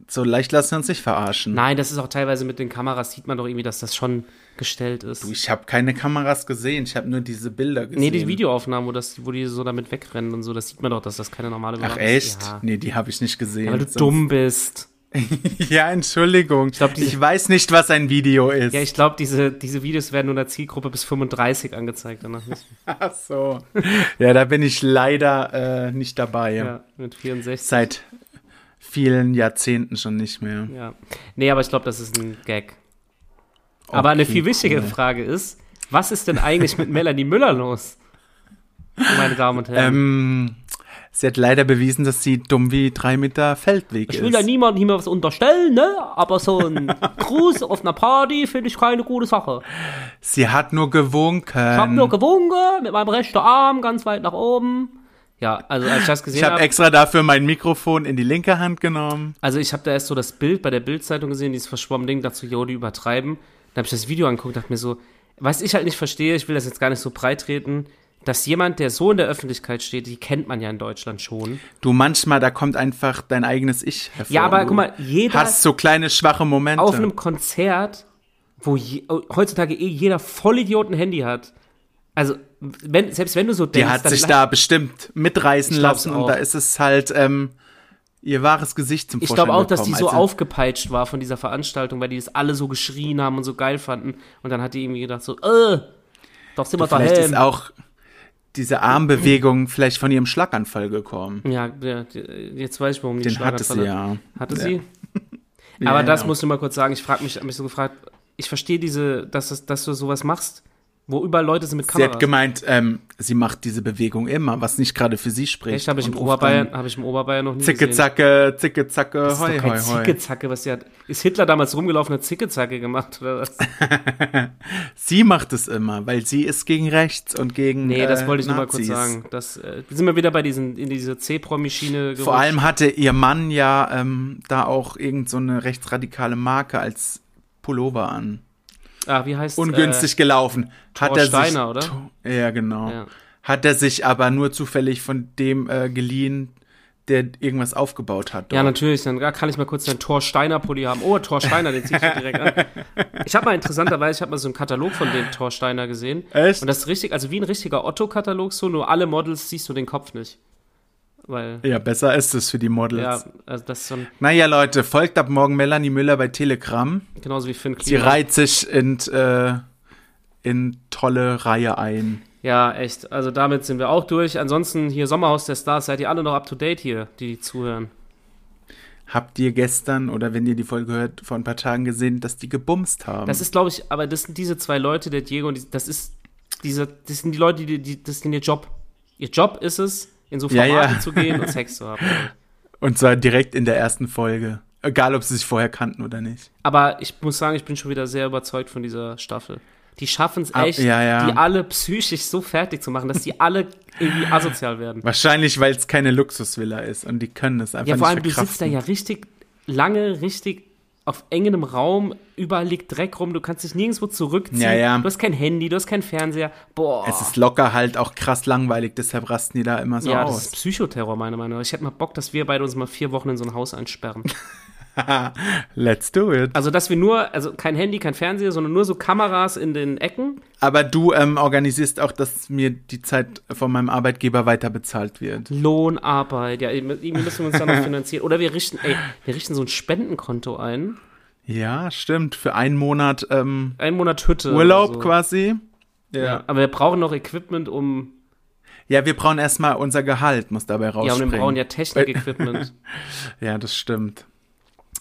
[SPEAKER 2] so leicht lassen wir uns nicht verarschen.
[SPEAKER 1] Nein, das ist auch teilweise mit den Kameras sieht man doch irgendwie, dass das schon gestellt ist.
[SPEAKER 2] Ich habe keine Kameras gesehen, ich habe nur diese Bilder gesehen.
[SPEAKER 1] Nee, die Videoaufnahmen, wo, das, wo die so damit wegrennen und so, das sieht man doch, dass das keine normale
[SPEAKER 2] Ach
[SPEAKER 1] Überwachung
[SPEAKER 2] echt?
[SPEAKER 1] Ja.
[SPEAKER 2] Nee, die habe ich nicht gesehen.
[SPEAKER 1] Weil du
[SPEAKER 2] Sonst-
[SPEAKER 1] dumm bist.
[SPEAKER 2] Ja, Entschuldigung. Ich,
[SPEAKER 1] glaub, diese-
[SPEAKER 2] weiß nicht, was ein Video ist.
[SPEAKER 1] Ja, ich glaube, diese, diese Videos werden nur der Zielgruppe bis 35 angezeigt. Danach nicht.
[SPEAKER 2] Ach so. ja, da bin ich leider äh, nicht dabei.
[SPEAKER 1] Ja, mit 64.
[SPEAKER 2] Seit vielen Jahrzehnten schon nicht mehr.
[SPEAKER 1] Ja. Nee, aber ich glaube, das ist ein Gag. aber eine
[SPEAKER 2] Okay,
[SPEAKER 1] viel wichtigere
[SPEAKER 2] cool.
[SPEAKER 1] Frage ist, was ist denn eigentlich mit Melanie Müller los? Meine Damen und Herren.
[SPEAKER 2] Ähm, sie hat leider bewiesen, dass sie dumm wie drei Meter Feldweg
[SPEAKER 1] ich
[SPEAKER 2] ist.
[SPEAKER 1] will ja niemandem hier was unterstellen, ne? Aber so ein Gruß auf einer Party finde ich keine gute Sache.
[SPEAKER 2] sie hat nur gewunken.
[SPEAKER 1] Ich habe nur gewunken mit meinem rechten Arm ganz weit nach oben. Ja, also als ich das gesehen
[SPEAKER 2] Ich habe
[SPEAKER 1] habe,
[SPEAKER 2] extra dafür mein Mikrofon in die linke Hand genommen.
[SPEAKER 1] also ich habe da erst so das Bild bei der Bildzeitung gesehen, dieses verschwommene Ding, dazu, jo, die übertreiben. Dann habe ich das Video angeguckt, dachte mir so, was ich halt nicht verstehe, ich will das jetzt gar nicht so breit reden, dass jemand, der so in der Öffentlichkeit steht, die kennt man ja in Deutschland schon.
[SPEAKER 2] Du, manchmal, da kommt einfach dein eigenes Ich hervor.
[SPEAKER 1] Ja, aber
[SPEAKER 2] du
[SPEAKER 1] guck mal, jeder
[SPEAKER 2] Hast so kleine, schwache Momente.
[SPEAKER 1] auf einem Konzert, wo je, heutzutage eh jeder Vollidiot ein Handy hat. Also, wenn, selbst wenn du so
[SPEAKER 2] Die
[SPEAKER 1] denkst,
[SPEAKER 2] hat
[SPEAKER 1] dann
[SPEAKER 2] sich
[SPEAKER 1] la-
[SPEAKER 2] da bestimmt mitreißen
[SPEAKER 1] Ich glaub's
[SPEAKER 2] lassen
[SPEAKER 1] auch.
[SPEAKER 2] und da ist es halt ähm, ihr wahres Gesicht zum
[SPEAKER 1] Ich
[SPEAKER 2] Vorschein
[SPEAKER 1] glaube auch, dass die
[SPEAKER 2] gekommen.
[SPEAKER 1] so
[SPEAKER 2] also,
[SPEAKER 1] aufgepeitscht war von dieser Veranstaltung, weil die das alle so geschrien haben und so geil fanden. Und dann hat die irgendwie gedacht so, äh, doch sind wir
[SPEAKER 2] Vielleicht ist
[SPEAKER 1] daheim.
[SPEAKER 2] auch diese Armbewegung vielleicht von ihrem Schlaganfall gekommen.
[SPEAKER 1] Ja, ja, die- jetzt weiß ich, warum die
[SPEAKER 2] Den
[SPEAKER 1] Schlaganfall
[SPEAKER 2] hatte sie ja.
[SPEAKER 1] Hatte
[SPEAKER 2] Ja.
[SPEAKER 1] sie? Aber das
[SPEAKER 2] ja. genau.
[SPEAKER 1] musst du mal kurz sagen. Ich frage mich, hab mich so gefragt, ich verstehe diese, dass, das, dass du sowas machst, wo überall Leute sind mit
[SPEAKER 2] Sie hat
[SPEAKER 1] Kameras.
[SPEAKER 2] gemeint, ähm, sie macht diese Bewegung immer, was nicht gerade für sie spricht.
[SPEAKER 1] Echt, habe ich, im
[SPEAKER 2] Und ruft dann
[SPEAKER 1] Oberbayern- hab ich im Oberbayern noch nie
[SPEAKER 2] Zicke,
[SPEAKER 1] gesehen.
[SPEAKER 2] zacke, zicke, zacke,
[SPEAKER 1] Das ist
[SPEAKER 2] hoi,
[SPEAKER 1] doch kein
[SPEAKER 2] hoi, hoi.
[SPEAKER 1] Zicke-Zacke, was sie hat. Ist Hitler damals rumgelaufen und hat Zicke-Zacke gemacht oder was?
[SPEAKER 2] Sie macht es immer, weil sie ist gegen rechts und gegen
[SPEAKER 1] Nee, das
[SPEAKER 2] äh,
[SPEAKER 1] wollte ich nur mal kurz
[SPEAKER 2] Nazis.
[SPEAKER 1] sagen. Das, äh, sind wir wieder bei diesen, in diese C-Promi-Schiene gerutscht.
[SPEAKER 2] Vor allem hatte ihr Mann ja ähm, da auch irgend so eine rechtsradikale Marke als Pullover an.
[SPEAKER 1] Ah, wie heißt
[SPEAKER 2] Ungünstig gelaufen. Hat
[SPEAKER 1] Thor
[SPEAKER 2] er
[SPEAKER 1] Steiner,
[SPEAKER 2] sich,
[SPEAKER 1] oder?
[SPEAKER 2] Ja, genau.
[SPEAKER 1] Ja.
[SPEAKER 2] Hat er sich aber nur zufällig von dem äh, geliehen, der irgendwas aufgebaut hat.
[SPEAKER 1] Äh, ja,
[SPEAKER 2] dort.
[SPEAKER 1] natürlich. Dann kann ich mal kurz einen Thor Steiner Pulli haben. Oh, Thor Steiner, den zieh ich mir direkt an. Ich habe mal interessanterweise, ich habe mal so einen Katalog von dem Thor Steiner gesehen.
[SPEAKER 2] Echt?
[SPEAKER 1] Und das ist richtig, also wie ein richtiger Otto-Katalog, so nur alle Models siehst du den Kopf nicht. Weil,
[SPEAKER 2] Ja, besser ist es für die Models.
[SPEAKER 1] ja, also das ist so ein,
[SPEAKER 2] Naja, Leute, folgt ab morgen Melanie Müller bei Telegram.
[SPEAKER 1] genauso wie Finn
[SPEAKER 2] Sie
[SPEAKER 1] Kliman.
[SPEAKER 2] reiht sich in, äh, in tolle Reihe ein.
[SPEAKER 1] Ja, echt. Also damit sind wir auch durch. Ansonsten hier Sommerhaus der Stars, seid ihr alle noch up to date hier, die zuhören.
[SPEAKER 2] Habt ihr gestern oder wenn ihr die Folge hört, vor ein paar Tagen gesehen, dass die gebumst haben?
[SPEAKER 1] Das ist, glaube ich, aber das sind diese zwei Leute, der Diego und die, das ist diese, das sind die Leute, die, die das sind ihr Job. Ihr Job ist es, in so
[SPEAKER 2] Ja,
[SPEAKER 1] Formate
[SPEAKER 2] ja.
[SPEAKER 1] zu gehen und Sex zu haben.
[SPEAKER 2] Und zwar direkt in der ersten Folge. Egal, ob sie sich vorher kannten oder nicht.
[SPEAKER 1] Aber ich muss sagen, ich bin schon wieder sehr überzeugt von dieser Staffel. Die schaffen es
[SPEAKER 2] Ah,
[SPEAKER 1] echt,
[SPEAKER 2] ja, ja.
[SPEAKER 1] die alle psychisch so fertig zu machen, dass die alle irgendwie asozial werden.
[SPEAKER 2] Wahrscheinlich, weil es keine Luxusvilla ist und die können es einfach
[SPEAKER 1] Ja, vor allem, du
[SPEAKER 2] nicht
[SPEAKER 1] sitzt da
[SPEAKER 2] verkraften.
[SPEAKER 1] ja richtig lange, richtig auf engem Raum, überall liegt Dreck rum, du kannst dich nirgendwo zurückziehen.
[SPEAKER 2] Ja, ja.
[SPEAKER 1] Du hast kein Handy, du hast keinen Fernseher. Boah.
[SPEAKER 2] Es ist locker halt auch krass langweilig, deshalb rasten die da immer so
[SPEAKER 1] ja, das ist
[SPEAKER 2] aus.
[SPEAKER 1] Psychoterror, meine Meinung nach. Ich hätte mal Bock, dass wir beide uns mal vier Wochen in so ein Haus einsperren.
[SPEAKER 2] Let's do it.
[SPEAKER 1] Also, dass wir nur, also kein Handy, kein Fernseher, sondern nur so Kameras in den Ecken.
[SPEAKER 2] Aber du ähm, organisierst auch, dass mir die Zeit von meinem Arbeitgeber weiter bezahlt wird.
[SPEAKER 1] Lohnarbeit, ja, irgendwie müssen wir uns da noch finanzieren. Oder wir richten, ey, wir richten so ein Spendenkonto ein.
[SPEAKER 2] Ja, stimmt. Für einen Monat ähm,
[SPEAKER 1] Ein Monat Hütte. oder
[SPEAKER 2] Urlaub
[SPEAKER 1] so.
[SPEAKER 2] quasi.
[SPEAKER 1] Ja.
[SPEAKER 2] Ja.
[SPEAKER 1] Aber wir brauchen noch Equipment, um
[SPEAKER 2] ja, wir brauchen erstmal unser Gehalt, muss dabei
[SPEAKER 1] Ja, und
[SPEAKER 2] rausspringen.
[SPEAKER 1] wir brauchen ja Technik-Equipment.
[SPEAKER 2] ja, das stimmt.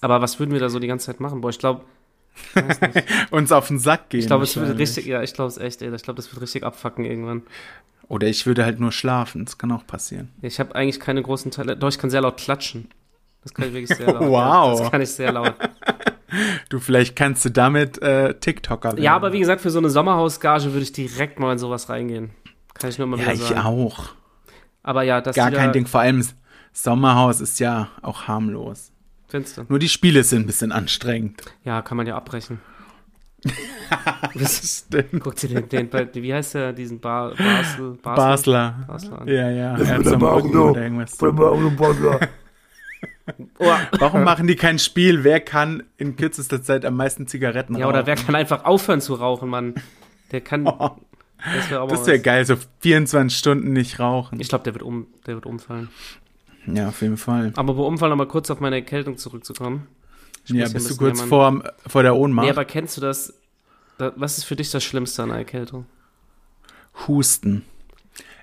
[SPEAKER 1] Aber was würden wir da so die ganze Zeit machen? Boah, ich glaube,
[SPEAKER 2] Uns auf den Sack gehen.
[SPEAKER 1] ich glaube, es wird
[SPEAKER 2] wahrscheinlich.
[SPEAKER 1] richtig, ja, ich glaube es echt, ey. Ich glaube, das wird richtig abfacken irgendwann.
[SPEAKER 2] Oder ich würde halt nur schlafen. Das kann auch passieren.
[SPEAKER 1] Ich habe eigentlich keine großen Talente. Doch, ich kann sehr laut klatschen. Das kann ich wirklich sehr laut.
[SPEAKER 2] Wow.
[SPEAKER 1] Ja, das kann ich sehr laut.
[SPEAKER 2] Du, vielleicht kannst du damit äh, TikToker werden.
[SPEAKER 1] Ja, aber wie gesagt, für so eine Sommerhausgage würde ich direkt mal in sowas reingehen. Kann ich nur mal
[SPEAKER 2] Ja,
[SPEAKER 1] wieder
[SPEAKER 2] ich
[SPEAKER 1] sagen.
[SPEAKER 2] auch.
[SPEAKER 1] Aber ja, das
[SPEAKER 2] Gar
[SPEAKER 1] wieder
[SPEAKER 2] kein Ding. Vor allem Sommerhaus ist ja auch harmlos.
[SPEAKER 1] Findest du.
[SPEAKER 2] Nur die Spiele sind ein bisschen anstrengend.
[SPEAKER 1] Ja, kann man ja abbrechen.
[SPEAKER 2] Stimmt.
[SPEAKER 1] Guck dir den, den wie heißt der, diesen Bar, Basel, Basel?
[SPEAKER 2] Basler.
[SPEAKER 1] Basler an.
[SPEAKER 2] Ja, ja. Er hat so
[SPEAKER 4] Der
[SPEAKER 2] einen
[SPEAKER 4] Bauch
[SPEAKER 2] Rücken
[SPEAKER 4] so.
[SPEAKER 2] oder irgendwas.
[SPEAKER 4] Der Bauch so, Basler.
[SPEAKER 1] Oh.
[SPEAKER 2] Warum machen die kein Spiel? Wer kann in kürzester Zeit am meisten Zigaretten
[SPEAKER 1] Ja, oder
[SPEAKER 2] rauchen?
[SPEAKER 1] wer kann einfach aufhören zu rauchen, Mann? Der kann. Das wäre auch mal
[SPEAKER 2] Das wäre
[SPEAKER 1] was.
[SPEAKER 2] geil, so 24 Stunden nicht rauchen.
[SPEAKER 1] Ich glaube, der, wird um, der wird umfallen.
[SPEAKER 2] Ja, auf jeden Fall.
[SPEAKER 1] Aber bei Umfall nochmal kurz auf meine Erkältung zurückzukommen.
[SPEAKER 2] Ja,
[SPEAKER 1] muss hier
[SPEAKER 2] bist du
[SPEAKER 1] ein bisschen
[SPEAKER 2] kurz
[SPEAKER 1] jammern.
[SPEAKER 2] vor, vor der Ohnmacht?
[SPEAKER 1] Nee, aber kennst du das? Da, was ist für dich das Schlimmste an einer Erkältung?
[SPEAKER 2] Husten.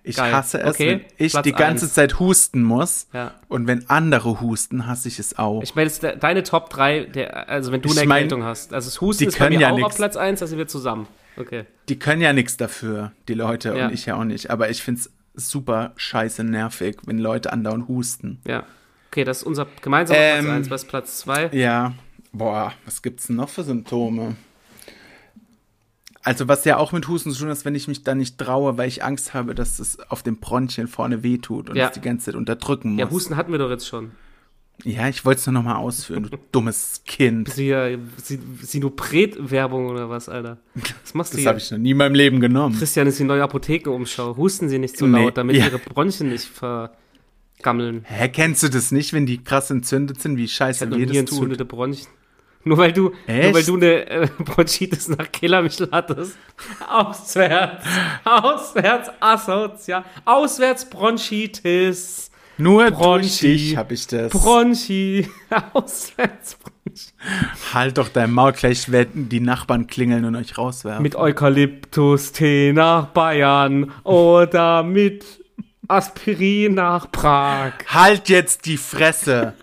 [SPEAKER 2] Ich
[SPEAKER 1] Geil.
[SPEAKER 2] hasse es,
[SPEAKER 1] Okay,
[SPEAKER 2] wenn ich
[SPEAKER 1] Platz
[SPEAKER 2] die ganze
[SPEAKER 1] eins.
[SPEAKER 2] Zeit husten muss.
[SPEAKER 1] Ja.
[SPEAKER 2] Und wenn andere husten, hasse ich es auch.
[SPEAKER 1] Ich meine, jetzt de deine Top 3, der, also wenn du
[SPEAKER 2] Ich
[SPEAKER 1] eine
[SPEAKER 2] mein,
[SPEAKER 1] Erkältung hast. Also das Husten
[SPEAKER 2] die
[SPEAKER 1] ist bei
[SPEAKER 2] können
[SPEAKER 1] mir
[SPEAKER 2] ja
[SPEAKER 1] auch
[SPEAKER 2] nix.
[SPEAKER 1] auf Platz 1, da sind wir zusammen. Okay.
[SPEAKER 2] die können ja nichts dafür, die Leute,
[SPEAKER 1] Ja.
[SPEAKER 2] und ich ja auch nicht. Aber ich find's super scheiße nervig, wenn Leute andauernd husten.
[SPEAKER 1] Ja. Okay, das ist unser gemeinsamer
[SPEAKER 2] Ähm,
[SPEAKER 1] Platz 1. Was ist Platz 2?
[SPEAKER 2] Ja, boah, was gibt's denn noch für Symptome? Also was ja auch mit Husten zu tun hat, wenn ich mich da nicht traue, weil ich Angst habe, dass es auf dem Bronchien vorne wehtut und
[SPEAKER 1] Ja.
[SPEAKER 2] es die ganze Zeit unterdrücken muss.
[SPEAKER 1] Ja, Husten hatten wir doch jetzt schon.
[SPEAKER 2] Ja, ich wollte es nur nochmal ausführen, du dummes Kind.
[SPEAKER 1] Bist du hier Sin- Sinopret-Werbung oder was, Alter? Was machst du
[SPEAKER 2] Das
[SPEAKER 1] hier?
[SPEAKER 2] habe ich noch nie in meinem Leben genommen.
[SPEAKER 1] Christian ist die neue Apothekenumschau. Husten Sie nicht zu
[SPEAKER 2] Nee,
[SPEAKER 1] laut, damit
[SPEAKER 2] ja.
[SPEAKER 1] Ihre Bronchien nicht vergammeln.
[SPEAKER 2] Hä, kennst du das nicht, wenn die krass entzündet sind, wie
[SPEAKER 1] Ich
[SPEAKER 2] scheiße
[SPEAKER 1] hatte noch
[SPEAKER 2] mir
[SPEAKER 1] nie
[SPEAKER 2] das tut?
[SPEAKER 1] entzündete Bronchien. Nur weil du, nur
[SPEAKER 2] Echt?
[SPEAKER 1] weil du eine äh, Bronchitis nach Killermichel hattest. Auswärts, auswärts, asozial, auswärts Bronchitis,
[SPEAKER 2] Nur durch
[SPEAKER 1] Bronchi.
[SPEAKER 2] dich hab ich das.
[SPEAKER 1] Bronchi, auswärts Bronchitis.
[SPEAKER 2] Halt doch dein Maul, gleich werden die Nachbarn klingeln und euch rauswerfen.
[SPEAKER 1] Mit Eukalyptus-Tee nach Bayern oder mit Aspirin nach Prag.
[SPEAKER 2] halt jetzt die Fresse!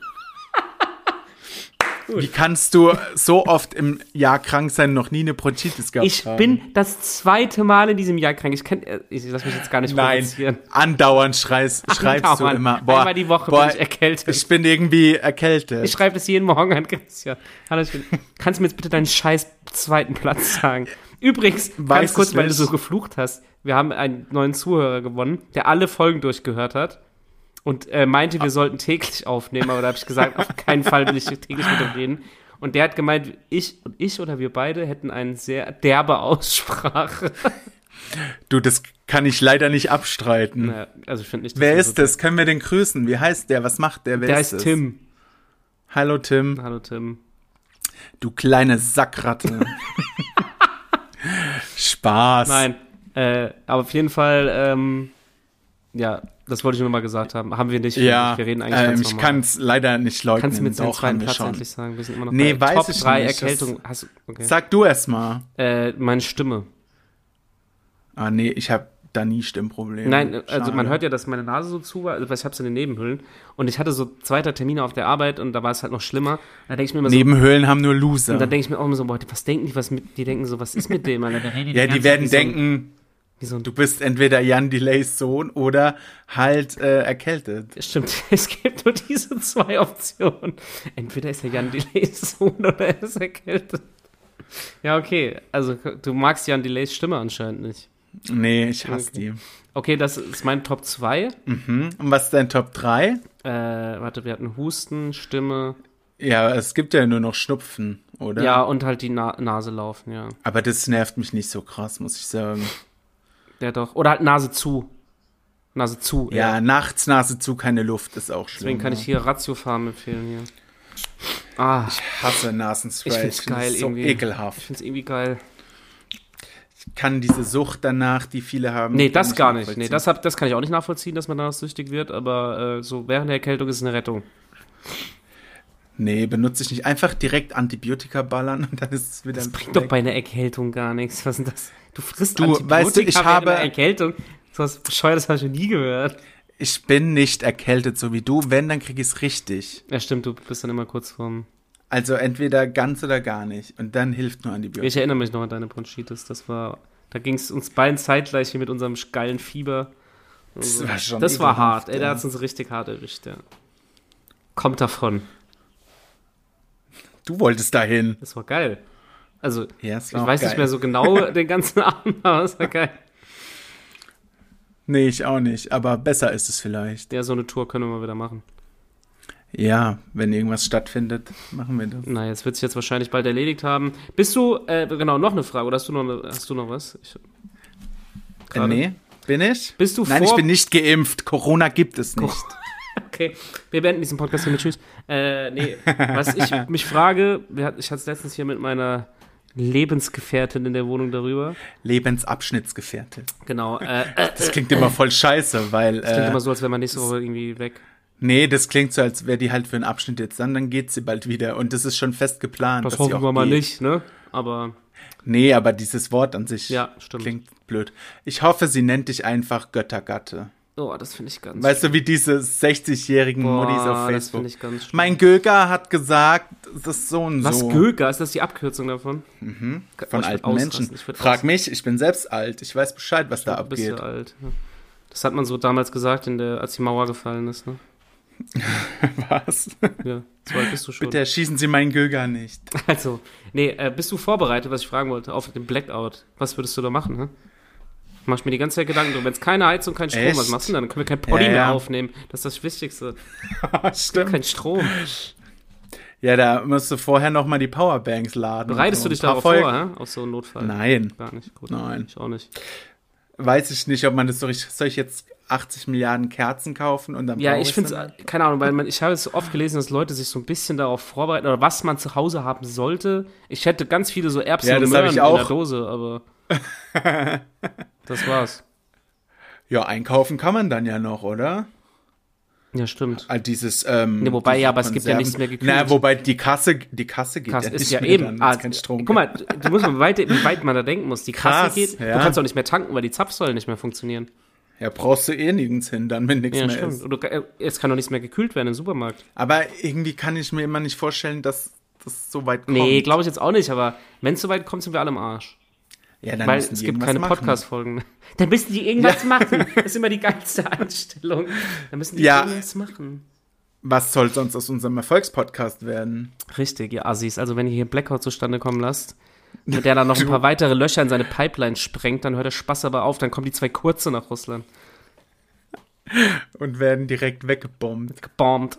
[SPEAKER 2] Wie kannst du so oft im Jahr krank sein, noch nie eine Bronchitis gehabt
[SPEAKER 1] Ich
[SPEAKER 2] haben?
[SPEAKER 1] bin das zweite Mal in diesem Jahr krank. Ich kann, äh, ich lass mich jetzt gar nicht
[SPEAKER 2] Nein,
[SPEAKER 1] provozieren.
[SPEAKER 2] andauernd schreist, schreibst
[SPEAKER 1] Andauernd.
[SPEAKER 2] du immer. Boah,
[SPEAKER 1] Einmal die Woche
[SPEAKER 2] boah,
[SPEAKER 1] bin ich erkältet.
[SPEAKER 2] Ich bin irgendwie erkältet.
[SPEAKER 1] Ich schreibe das jeden Morgen an Christian. Hallo, ich bin, kannst du mir jetzt bitte deinen scheiß zweiten Platz sagen? Übrigens,
[SPEAKER 2] Weiß
[SPEAKER 1] ganz kurz,
[SPEAKER 2] es
[SPEAKER 1] weil du
[SPEAKER 2] nicht.
[SPEAKER 1] so geflucht hast. Wir haben einen neuen Zuhörer gewonnen, der alle Folgen durchgehört hat und äh, meinte,
[SPEAKER 2] Ah.
[SPEAKER 1] wir sollten täglich aufnehmen. Aber da habe ich gesagt, auf keinen Fall will ich täglich mit ihm reden. Und der hat gemeint, ich und ich oder wir beide hätten eine sehr derbe Aussprache.
[SPEAKER 2] du, das kann ich leider nicht abstreiten.
[SPEAKER 1] Naja, also ich finde nicht, dass
[SPEAKER 2] Wer
[SPEAKER 1] wir
[SPEAKER 2] ist das? Können wir den grüßen? Wie heißt der? Was macht der? Wer
[SPEAKER 1] Der
[SPEAKER 2] ist
[SPEAKER 1] heißt
[SPEAKER 2] es?
[SPEAKER 1] Tim.
[SPEAKER 2] Hallo Tim,
[SPEAKER 1] Hallo Tim.
[SPEAKER 2] du kleine Sackratte. Spaß.
[SPEAKER 1] Nein, äh, aber auf jeden Fall, ähm, ja, Das wollte ich nur mal gesagt haben. Haben wir nicht.
[SPEAKER 2] Ja,
[SPEAKER 1] wir reden eigentlich
[SPEAKER 2] ähm,
[SPEAKER 1] ganz
[SPEAKER 2] ich
[SPEAKER 1] normal.
[SPEAKER 2] kann es leider nicht leugnen.
[SPEAKER 1] Kannst du mir jetzt den
[SPEAKER 2] Doch, haben
[SPEAKER 1] zweiten
[SPEAKER 2] wir
[SPEAKER 1] Platz
[SPEAKER 2] schon.
[SPEAKER 1] endlich sagen? Wir sind immer noch
[SPEAKER 2] Nee,
[SPEAKER 1] bei
[SPEAKER 2] weiß
[SPEAKER 1] Top
[SPEAKER 2] ich
[SPEAKER 1] 3
[SPEAKER 2] nicht. Das-
[SPEAKER 1] Erkältung. Hast, du- okay.
[SPEAKER 2] Sag du erst mal.
[SPEAKER 1] Äh, meine Stimme.
[SPEAKER 2] Ah, nee, ich habe da nie Stimmprobleme.
[SPEAKER 1] Nein, also man
[SPEAKER 2] Schade.
[SPEAKER 1] hört ja, dass meine Nase so zu war, also ich hab's in den Nebenhöhlen und ich hatte so zweiter Termine auf der Arbeit und da war es halt noch schlimmer. Da denke ich mir immer so,
[SPEAKER 2] Nebenhöhlen haben nur Loser.
[SPEAKER 1] und dann denke ich mir auch immer so, boah, was denken die, was mit, die denken so, was ist mit dem, Alter? Der redet
[SPEAKER 2] ja,
[SPEAKER 1] ganze
[SPEAKER 2] die werden
[SPEAKER 1] Zeit wie so ein-
[SPEAKER 2] denken,
[SPEAKER 1] wie so ein
[SPEAKER 2] du bist entweder Jan Delays Sohn oder halt äh, erkältet.
[SPEAKER 1] Stimmt, es gibt nur diese zwei Optionen. Entweder ist er Jan Delays Sohn oder er ist erkältet. Ja, okay. Also, du magst Jan Delays Stimme anscheinend nicht.
[SPEAKER 2] Nee, ich hasse
[SPEAKER 1] Okay.
[SPEAKER 2] die.
[SPEAKER 1] Okay, das ist mein Top 2. Äh,
[SPEAKER 2] Mhm. Und was ist dein Top 3?
[SPEAKER 1] warte, wir hatten Husten, Stimme,
[SPEAKER 2] Ja, es gibt ja nur noch Schnupfen, oder?
[SPEAKER 1] ja, und halt die Na Nase laufen, ja.
[SPEAKER 2] Aber das nervt mich nicht so krass, muss ich sagen.
[SPEAKER 1] Der doch. Oder halt Nase zu. Nase zu,
[SPEAKER 2] Ja,
[SPEAKER 1] eher.
[SPEAKER 2] nachts Nase zu, keine Luft ist auch schlimm.
[SPEAKER 1] Deswegen kann ich hier Ratiofarm empfehlen hier. Ah,
[SPEAKER 2] hasse Nasenspray.
[SPEAKER 1] Ich find's
[SPEAKER 2] find das
[SPEAKER 1] geil
[SPEAKER 2] so
[SPEAKER 1] irgendwie. ich
[SPEAKER 2] ekelhaft.
[SPEAKER 1] find's irgendwie geil.
[SPEAKER 2] Ich kann diese Sucht danach, die viele haben.
[SPEAKER 1] Nee,
[SPEAKER 2] kann
[SPEAKER 1] das
[SPEAKER 2] ich
[SPEAKER 1] gar nicht. Nee,
[SPEAKER 2] nachvollziehen.
[SPEAKER 1] das, hab, das kann ich auch nicht nachvollziehen, dass man danach süchtig wird, aber äh, so während der Erkältung ist es eine Rettung.
[SPEAKER 2] Nee, benutze ich nicht. Einfach direkt Antibiotika ballern und dann ist es wieder
[SPEAKER 1] Das bringt doch bei einer Erkältung gar nichts. Was ist denn das? Du frisst
[SPEAKER 2] Du,
[SPEAKER 1] Antibiotika
[SPEAKER 2] weißt du, ich
[SPEAKER 1] während
[SPEAKER 2] habe-
[SPEAKER 1] einer Erkältung. So was Bescheuertes habe ich noch nie gehört.
[SPEAKER 2] Ich bin nicht erkältet, so wie du. Wenn, dann krieg ich's richtig.
[SPEAKER 1] Ja, stimmt, du bist dann immer kurz vorm.
[SPEAKER 2] Also entweder ganz oder gar nicht. Und dann hilft nur Antibiotika.
[SPEAKER 1] Ich erinnere mich noch an deine Bronchitis. Das war. Da ging es uns beiden zeitgleich hier mit unserem geilen Fieber.
[SPEAKER 2] Das war schon
[SPEAKER 1] das war
[SPEAKER 2] ekelhaft,
[SPEAKER 1] hart, ey. Da
[SPEAKER 2] ja.
[SPEAKER 1] hat es uns richtig hart erwischt, ja. Kommt davon.
[SPEAKER 2] Du wolltest dahin.
[SPEAKER 1] Das war geil. Also,
[SPEAKER 2] Ja, es
[SPEAKER 1] ich
[SPEAKER 2] war auch
[SPEAKER 1] weiß nicht
[SPEAKER 2] geil.
[SPEAKER 1] mehr so genau den ganzen Abend, aber es war geil.
[SPEAKER 2] Nee, ich auch nicht. Aber besser ist es vielleicht.
[SPEAKER 1] Ja, so eine Tour können wir mal wieder machen.
[SPEAKER 2] Ja, wenn irgendwas stattfindet, machen wir das.
[SPEAKER 1] Na, jetzt wird sich jetzt wahrscheinlich bald erledigt haben. Bist du, äh, genau, noch eine Frage, oder hast du noch, eine, hast du noch was? Ich,
[SPEAKER 2] Äh,
[SPEAKER 1] Gerade.
[SPEAKER 2] nee, bin ich?
[SPEAKER 1] Bist du
[SPEAKER 2] Nein,
[SPEAKER 1] vor-
[SPEAKER 2] ich bin nicht geimpft. Corona gibt es nicht.
[SPEAKER 1] Okay, wir beenden diesen Podcast hier mit Tschüss. Äh, nee, was ich mich frage, wir hat- ich hatte es letztens hier mit meiner Lebensgefährtin in der Wohnung darüber.
[SPEAKER 2] Lebensabschnittsgefährte.
[SPEAKER 1] Genau, äh, äh,
[SPEAKER 2] Das klingt immer voll scheiße, weil.
[SPEAKER 1] klingt
[SPEAKER 2] äh,
[SPEAKER 1] immer so, als wäre man nächste Woche irgendwie weg.
[SPEAKER 2] Nee, das klingt so, als wäre die halt für einen Abschnitt jetzt dann, dann geht sie bald wieder. Und das ist schon fest geplant.
[SPEAKER 1] Das
[SPEAKER 2] dass sie
[SPEAKER 1] hoffen
[SPEAKER 2] auch
[SPEAKER 1] wir mal
[SPEAKER 2] geht.
[SPEAKER 1] nicht, ne? Aber
[SPEAKER 2] Nee, aber dieses Wort an sich
[SPEAKER 1] Ja, stimmt.
[SPEAKER 2] klingt blöd. Ich hoffe, sie nennt dich einfach Göttergatte.
[SPEAKER 1] Oh, das finde ich ganz
[SPEAKER 2] Weißt du, wie diese 60-jährigen
[SPEAKER 1] Boah,
[SPEAKER 2] Modis auf
[SPEAKER 1] Das
[SPEAKER 2] Facebook.
[SPEAKER 1] finde ich ganz schlimm.
[SPEAKER 2] Mein Göger hat gesagt, das ist so und
[SPEAKER 1] Was
[SPEAKER 2] so.
[SPEAKER 1] Göger? Ist das die Abkürzung davon? Mhm.
[SPEAKER 2] von alten Menschen. Frag
[SPEAKER 1] Frag mich.
[SPEAKER 2] mich, ich bin selbst alt. Ich weiß Bescheid, was da
[SPEAKER 1] Du bist
[SPEAKER 2] abgeht.
[SPEAKER 1] ja alt. ja. Das hat man so damals gesagt, in der, als die Mauer gefallen ist. Ne?
[SPEAKER 2] Was?
[SPEAKER 1] Ja, so alt bist du schon.
[SPEAKER 2] Bitte erschießen Sie meinen Göger nicht.
[SPEAKER 1] Also, nee, äh, bist du vorbereitet, was ich fragen wollte, auf den Blackout? Was würdest du da machen? Hä? Mach ich mir die ganze Zeit Gedanken drum. Wenn es keine Heizung, kein Strom, was
[SPEAKER 2] Echt?
[SPEAKER 1] machst du denn dann? Dann können wir kein Poddy
[SPEAKER 2] Ja,
[SPEAKER 1] mehr
[SPEAKER 2] ja.
[SPEAKER 1] aufnehmen. Das ist das Wichtigste.
[SPEAKER 2] Stimmt.
[SPEAKER 1] Kein Strom.
[SPEAKER 2] Ja, da musst du vorher noch mal die Powerbanks laden.
[SPEAKER 1] Bereitest du
[SPEAKER 2] So ein
[SPEAKER 1] dich
[SPEAKER 2] paar
[SPEAKER 1] darauf
[SPEAKER 2] Folgen.
[SPEAKER 1] vor, hä? auf so einen Notfall?
[SPEAKER 2] Nein.
[SPEAKER 1] Gar nicht. Gut.
[SPEAKER 2] Nein.
[SPEAKER 1] Ich auch nicht.
[SPEAKER 2] Weiß ich nicht, ob man das so richtig. Soll ich jetzt 80 Milliarden Kerzen kaufen und dann
[SPEAKER 1] Ja,
[SPEAKER 2] brauche
[SPEAKER 1] ich
[SPEAKER 2] ich's
[SPEAKER 1] finde
[SPEAKER 2] dann?
[SPEAKER 1] es, keine Ahnung, weil man, ich habe es so oft gelesen, dass Leute sich so ein bisschen darauf vorbereiten oder was man zu Hause haben sollte. Ich hätte ganz viele so Erbsen
[SPEAKER 2] Ja,
[SPEAKER 1] und
[SPEAKER 2] das
[SPEAKER 1] Möhren
[SPEAKER 2] habe ich
[SPEAKER 1] in der
[SPEAKER 2] auch.
[SPEAKER 1] Dose, aber das war's.
[SPEAKER 2] Ja, einkaufen kann man dann ja noch, oder?
[SPEAKER 1] Ja, stimmt.
[SPEAKER 2] Ah, dieses. Ähm,
[SPEAKER 1] Ne, wobei,
[SPEAKER 2] diese
[SPEAKER 1] ja, aber es gibt ja
[SPEAKER 2] Konserven-
[SPEAKER 1] nichts mehr gekühlt.
[SPEAKER 2] Na, wobei die Kasse, die Kasse geht
[SPEAKER 1] Krass,
[SPEAKER 2] ja nicht
[SPEAKER 1] ist ja
[SPEAKER 2] mehr
[SPEAKER 1] eben.
[SPEAKER 2] dann,
[SPEAKER 1] Ah,
[SPEAKER 2] wenn's keinen Strom
[SPEAKER 1] guck mal, du du musst mal, wie weit, wie weit man da denken muss. Die Kasse
[SPEAKER 2] Krass,
[SPEAKER 1] geht,
[SPEAKER 2] ja.
[SPEAKER 1] du kannst auch nicht mehr tanken, weil die Zapfsäulen nicht mehr funktionieren.
[SPEAKER 2] gibt. Ja, brauchst du eh nirgends hin, dann wenn nichts
[SPEAKER 1] Ja,
[SPEAKER 2] mehr
[SPEAKER 1] stimmt.
[SPEAKER 2] ist.
[SPEAKER 1] Und du, äh, es kann doch nichts mehr gekühlt werden im Supermarkt.
[SPEAKER 2] Aber irgendwie kann ich mir immer nicht vorstellen, dass das so weit kommt.
[SPEAKER 1] Nee, glaube ich jetzt auch nicht, aber wenn es so weit kommt, sind wir alle im Arsch.
[SPEAKER 2] ja, dann
[SPEAKER 1] weil
[SPEAKER 2] müssen
[SPEAKER 1] es
[SPEAKER 2] die
[SPEAKER 1] gibt
[SPEAKER 2] irgendwas
[SPEAKER 1] keine
[SPEAKER 2] machen.
[SPEAKER 1] Podcast-Folgen. Dann müssen die irgendwas machen. Das ist immer die geilste Einstellung. Dann müssen die
[SPEAKER 2] Ja.
[SPEAKER 1] irgendwas machen.
[SPEAKER 2] Was soll sonst aus unserem Erfolgspodcast werden?
[SPEAKER 1] Richtig, ihr Assis. Also wenn ihr hier einen Blackout zustande kommen lasst, mit der dann noch ein paar weitere Löcher in seine Pipeline sprengt, dann hört der Spaß aber auf, dann kommen die zwei Kurze nach Russland.
[SPEAKER 2] Und werden direkt weggebombt.
[SPEAKER 1] Gebombt.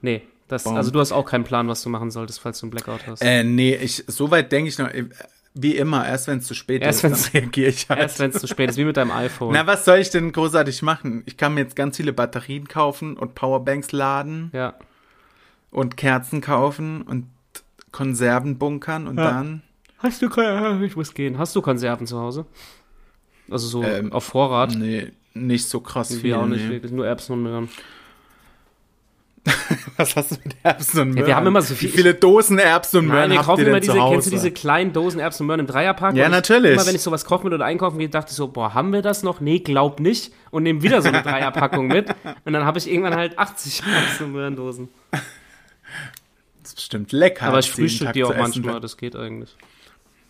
[SPEAKER 1] Nee, das,
[SPEAKER 2] Bombt.
[SPEAKER 1] also du hast auch keinen Plan, was du machen solltest, falls du einen Blackout hast.
[SPEAKER 2] Äh, nee, ich, so weit denke ich noch, äh, wie immer, erst wenn es zu spät
[SPEAKER 1] Erst
[SPEAKER 2] ist, dann
[SPEAKER 1] wenn's-
[SPEAKER 2] reagiere ich halt.
[SPEAKER 1] Erst wenn es zu spät ist, wie mit deinem iPhone.
[SPEAKER 2] Na, was soll ich denn großartig machen? Ich kann mir jetzt ganz viele Batterien kaufen und Powerbanks laden
[SPEAKER 1] ja.
[SPEAKER 2] und Kerzen kaufen und Konserven bunkern und
[SPEAKER 1] Ja.
[SPEAKER 2] dann.
[SPEAKER 1] Hast ah, du ich muss gehen. Hast du Konserven zu Hause? Also so
[SPEAKER 2] Ähm,
[SPEAKER 1] auf Vorrat.
[SPEAKER 2] Nee, nicht so krass viel.
[SPEAKER 1] Wir auch nicht
[SPEAKER 2] nee.
[SPEAKER 1] wirklich, nur Erbsen und Möhren.
[SPEAKER 2] Was hast du mit Erbsen und Möhren?
[SPEAKER 1] wir haben immer so viel-
[SPEAKER 2] Wie viele Dosen Erbsen und
[SPEAKER 1] Nein,
[SPEAKER 2] Möhren
[SPEAKER 1] wir
[SPEAKER 2] habt
[SPEAKER 1] kaufen
[SPEAKER 2] ihr denn
[SPEAKER 1] immer diese,
[SPEAKER 2] zu Hause?
[SPEAKER 1] kennst du diese kleinen Dosen Erbsen und Möhren im Dreierpack?
[SPEAKER 2] Ja,
[SPEAKER 1] Und ich-
[SPEAKER 2] natürlich.
[SPEAKER 1] Immer wenn ich sowas kochen will oder einkaufen gehe, dachte ich so, boah, haben wir das noch? Nee, glaub nicht. Und nehme wieder so eine Dreierpackung mit. Und dann habe ich irgendwann halt 80 Erbsen und Möhrendosen.
[SPEAKER 2] das ist bestimmt lecker.
[SPEAKER 1] Aber ich
[SPEAKER 2] als jeden
[SPEAKER 1] frühstück
[SPEAKER 2] Tag
[SPEAKER 1] die
[SPEAKER 2] zu
[SPEAKER 1] auch
[SPEAKER 2] essen. ne?
[SPEAKER 1] manchmal, das geht eigentlich.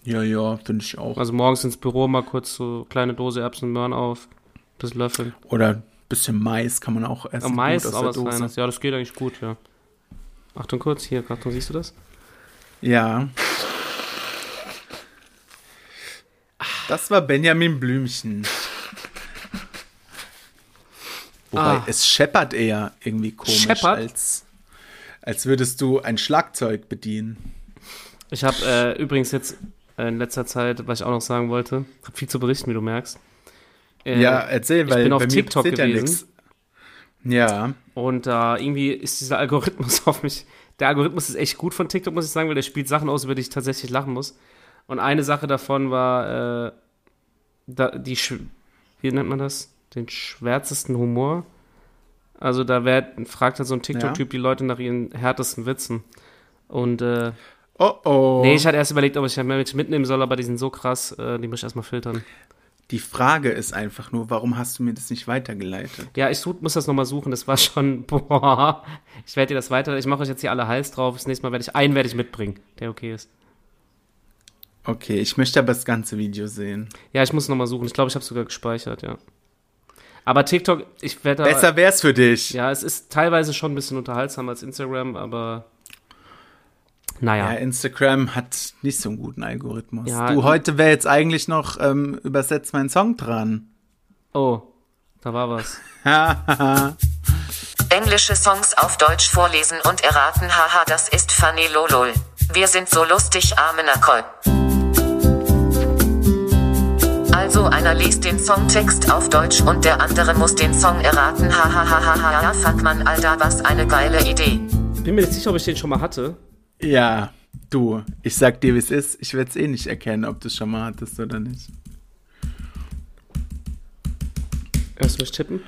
[SPEAKER 2] Ja, ja, finde ich auch.
[SPEAKER 1] Also morgens ins Büro mal kurz so kleine Dose Erbsen und Möhren auf, das Löffeln.
[SPEAKER 2] Oder ein bisschen Mais kann man auch essen.
[SPEAKER 1] Am
[SPEAKER 2] gut
[SPEAKER 1] meisten
[SPEAKER 2] aus
[SPEAKER 1] aber
[SPEAKER 2] der
[SPEAKER 1] was Kleines. Ja, das geht eigentlich gut, ja. Achtung kurz, hier, Achtung, siehst du das?
[SPEAKER 2] Ja. Das war Benjamin Blümchen. Wobei,
[SPEAKER 1] Ah.
[SPEAKER 2] es scheppert eher irgendwie komisch,
[SPEAKER 1] Scheppert?
[SPEAKER 2] als, als würdest du ein Schlagzeug bedienen.
[SPEAKER 1] Ich habe äh, übrigens jetzt äh, in letzter Zeit, was ich auch noch sagen wollte, habe viel zu berichten, wie du merkst. Äh,
[SPEAKER 2] ja, erzähl,
[SPEAKER 1] ich
[SPEAKER 2] weil
[SPEAKER 1] bin auf
[SPEAKER 2] bei mir
[SPEAKER 1] TikTok
[SPEAKER 2] passiert ja
[SPEAKER 1] gewesen.
[SPEAKER 2] nichts. Ja,
[SPEAKER 1] Und da irgendwie ist dieser Algorithmus auf mich. Der Algorithmus ist echt gut von TikTok, muss ich sagen, weil der spielt Sachen aus, über die ich tatsächlich lachen muss. Und eine Sache davon war, äh, da, die, Sch- wie nennt man das? Den schwärzesten Humor. Also da werd, fragt halt so ein TikTok-Typ die Leute nach ihren härtesten Witzen. Und äh,
[SPEAKER 2] oh oh.
[SPEAKER 1] nee, ich hatte erst überlegt, ob ich halt mehr Menschen mitnehmen soll, aber die sind so krass, äh, die muss ich erstmal filtern.
[SPEAKER 2] Die Frage ist einfach nur, warum hast du mir das nicht weitergeleitet?
[SPEAKER 1] Ja, ich such, muss das nochmal suchen. Das war schon, boah. Ich werde dir das weiter, ich mache euch jetzt hier alle heiß drauf. Das nächste Mal werde ich einen werde ich mitbringen, der okay ist.
[SPEAKER 2] Okay, ich möchte aber das ganze Video sehen.
[SPEAKER 1] Ja, ich muss nochmal suchen. Ich glaube, ich habe sogar gespeichert, ja. Aber TikTok, ich werde da-
[SPEAKER 2] Besser wär's für dich.
[SPEAKER 1] Ja, es ist teilweise schon ein bisschen unterhaltsamer als Instagram, aber
[SPEAKER 2] Ja,
[SPEAKER 1] naja.
[SPEAKER 2] Instagram hat nicht so einen guten Algorithmus.
[SPEAKER 1] Ja,
[SPEAKER 2] du,
[SPEAKER 1] und-
[SPEAKER 2] heute wäre jetzt eigentlich noch ähm, übersetzt mein Song dran.
[SPEAKER 1] Oh, da war was.
[SPEAKER 4] Englische Songs auf Deutsch vorlesen und erraten. Haha, das ist funny lolol. Wir sind so lustig, arme Nacol. Also einer liest den Songtext auf Deutsch und der andere muss den Song erraten. Hahaha, fand man Alter, was eine geile Idee.
[SPEAKER 1] Bin mir nicht sicher, ob ich den schon mal hatte.
[SPEAKER 2] Ja, du, ich sag dir, wie es ist. Ich werde es eh nicht erkennen, ob du es schon mal hattest oder nicht.
[SPEAKER 1] Hörst du mich tippen?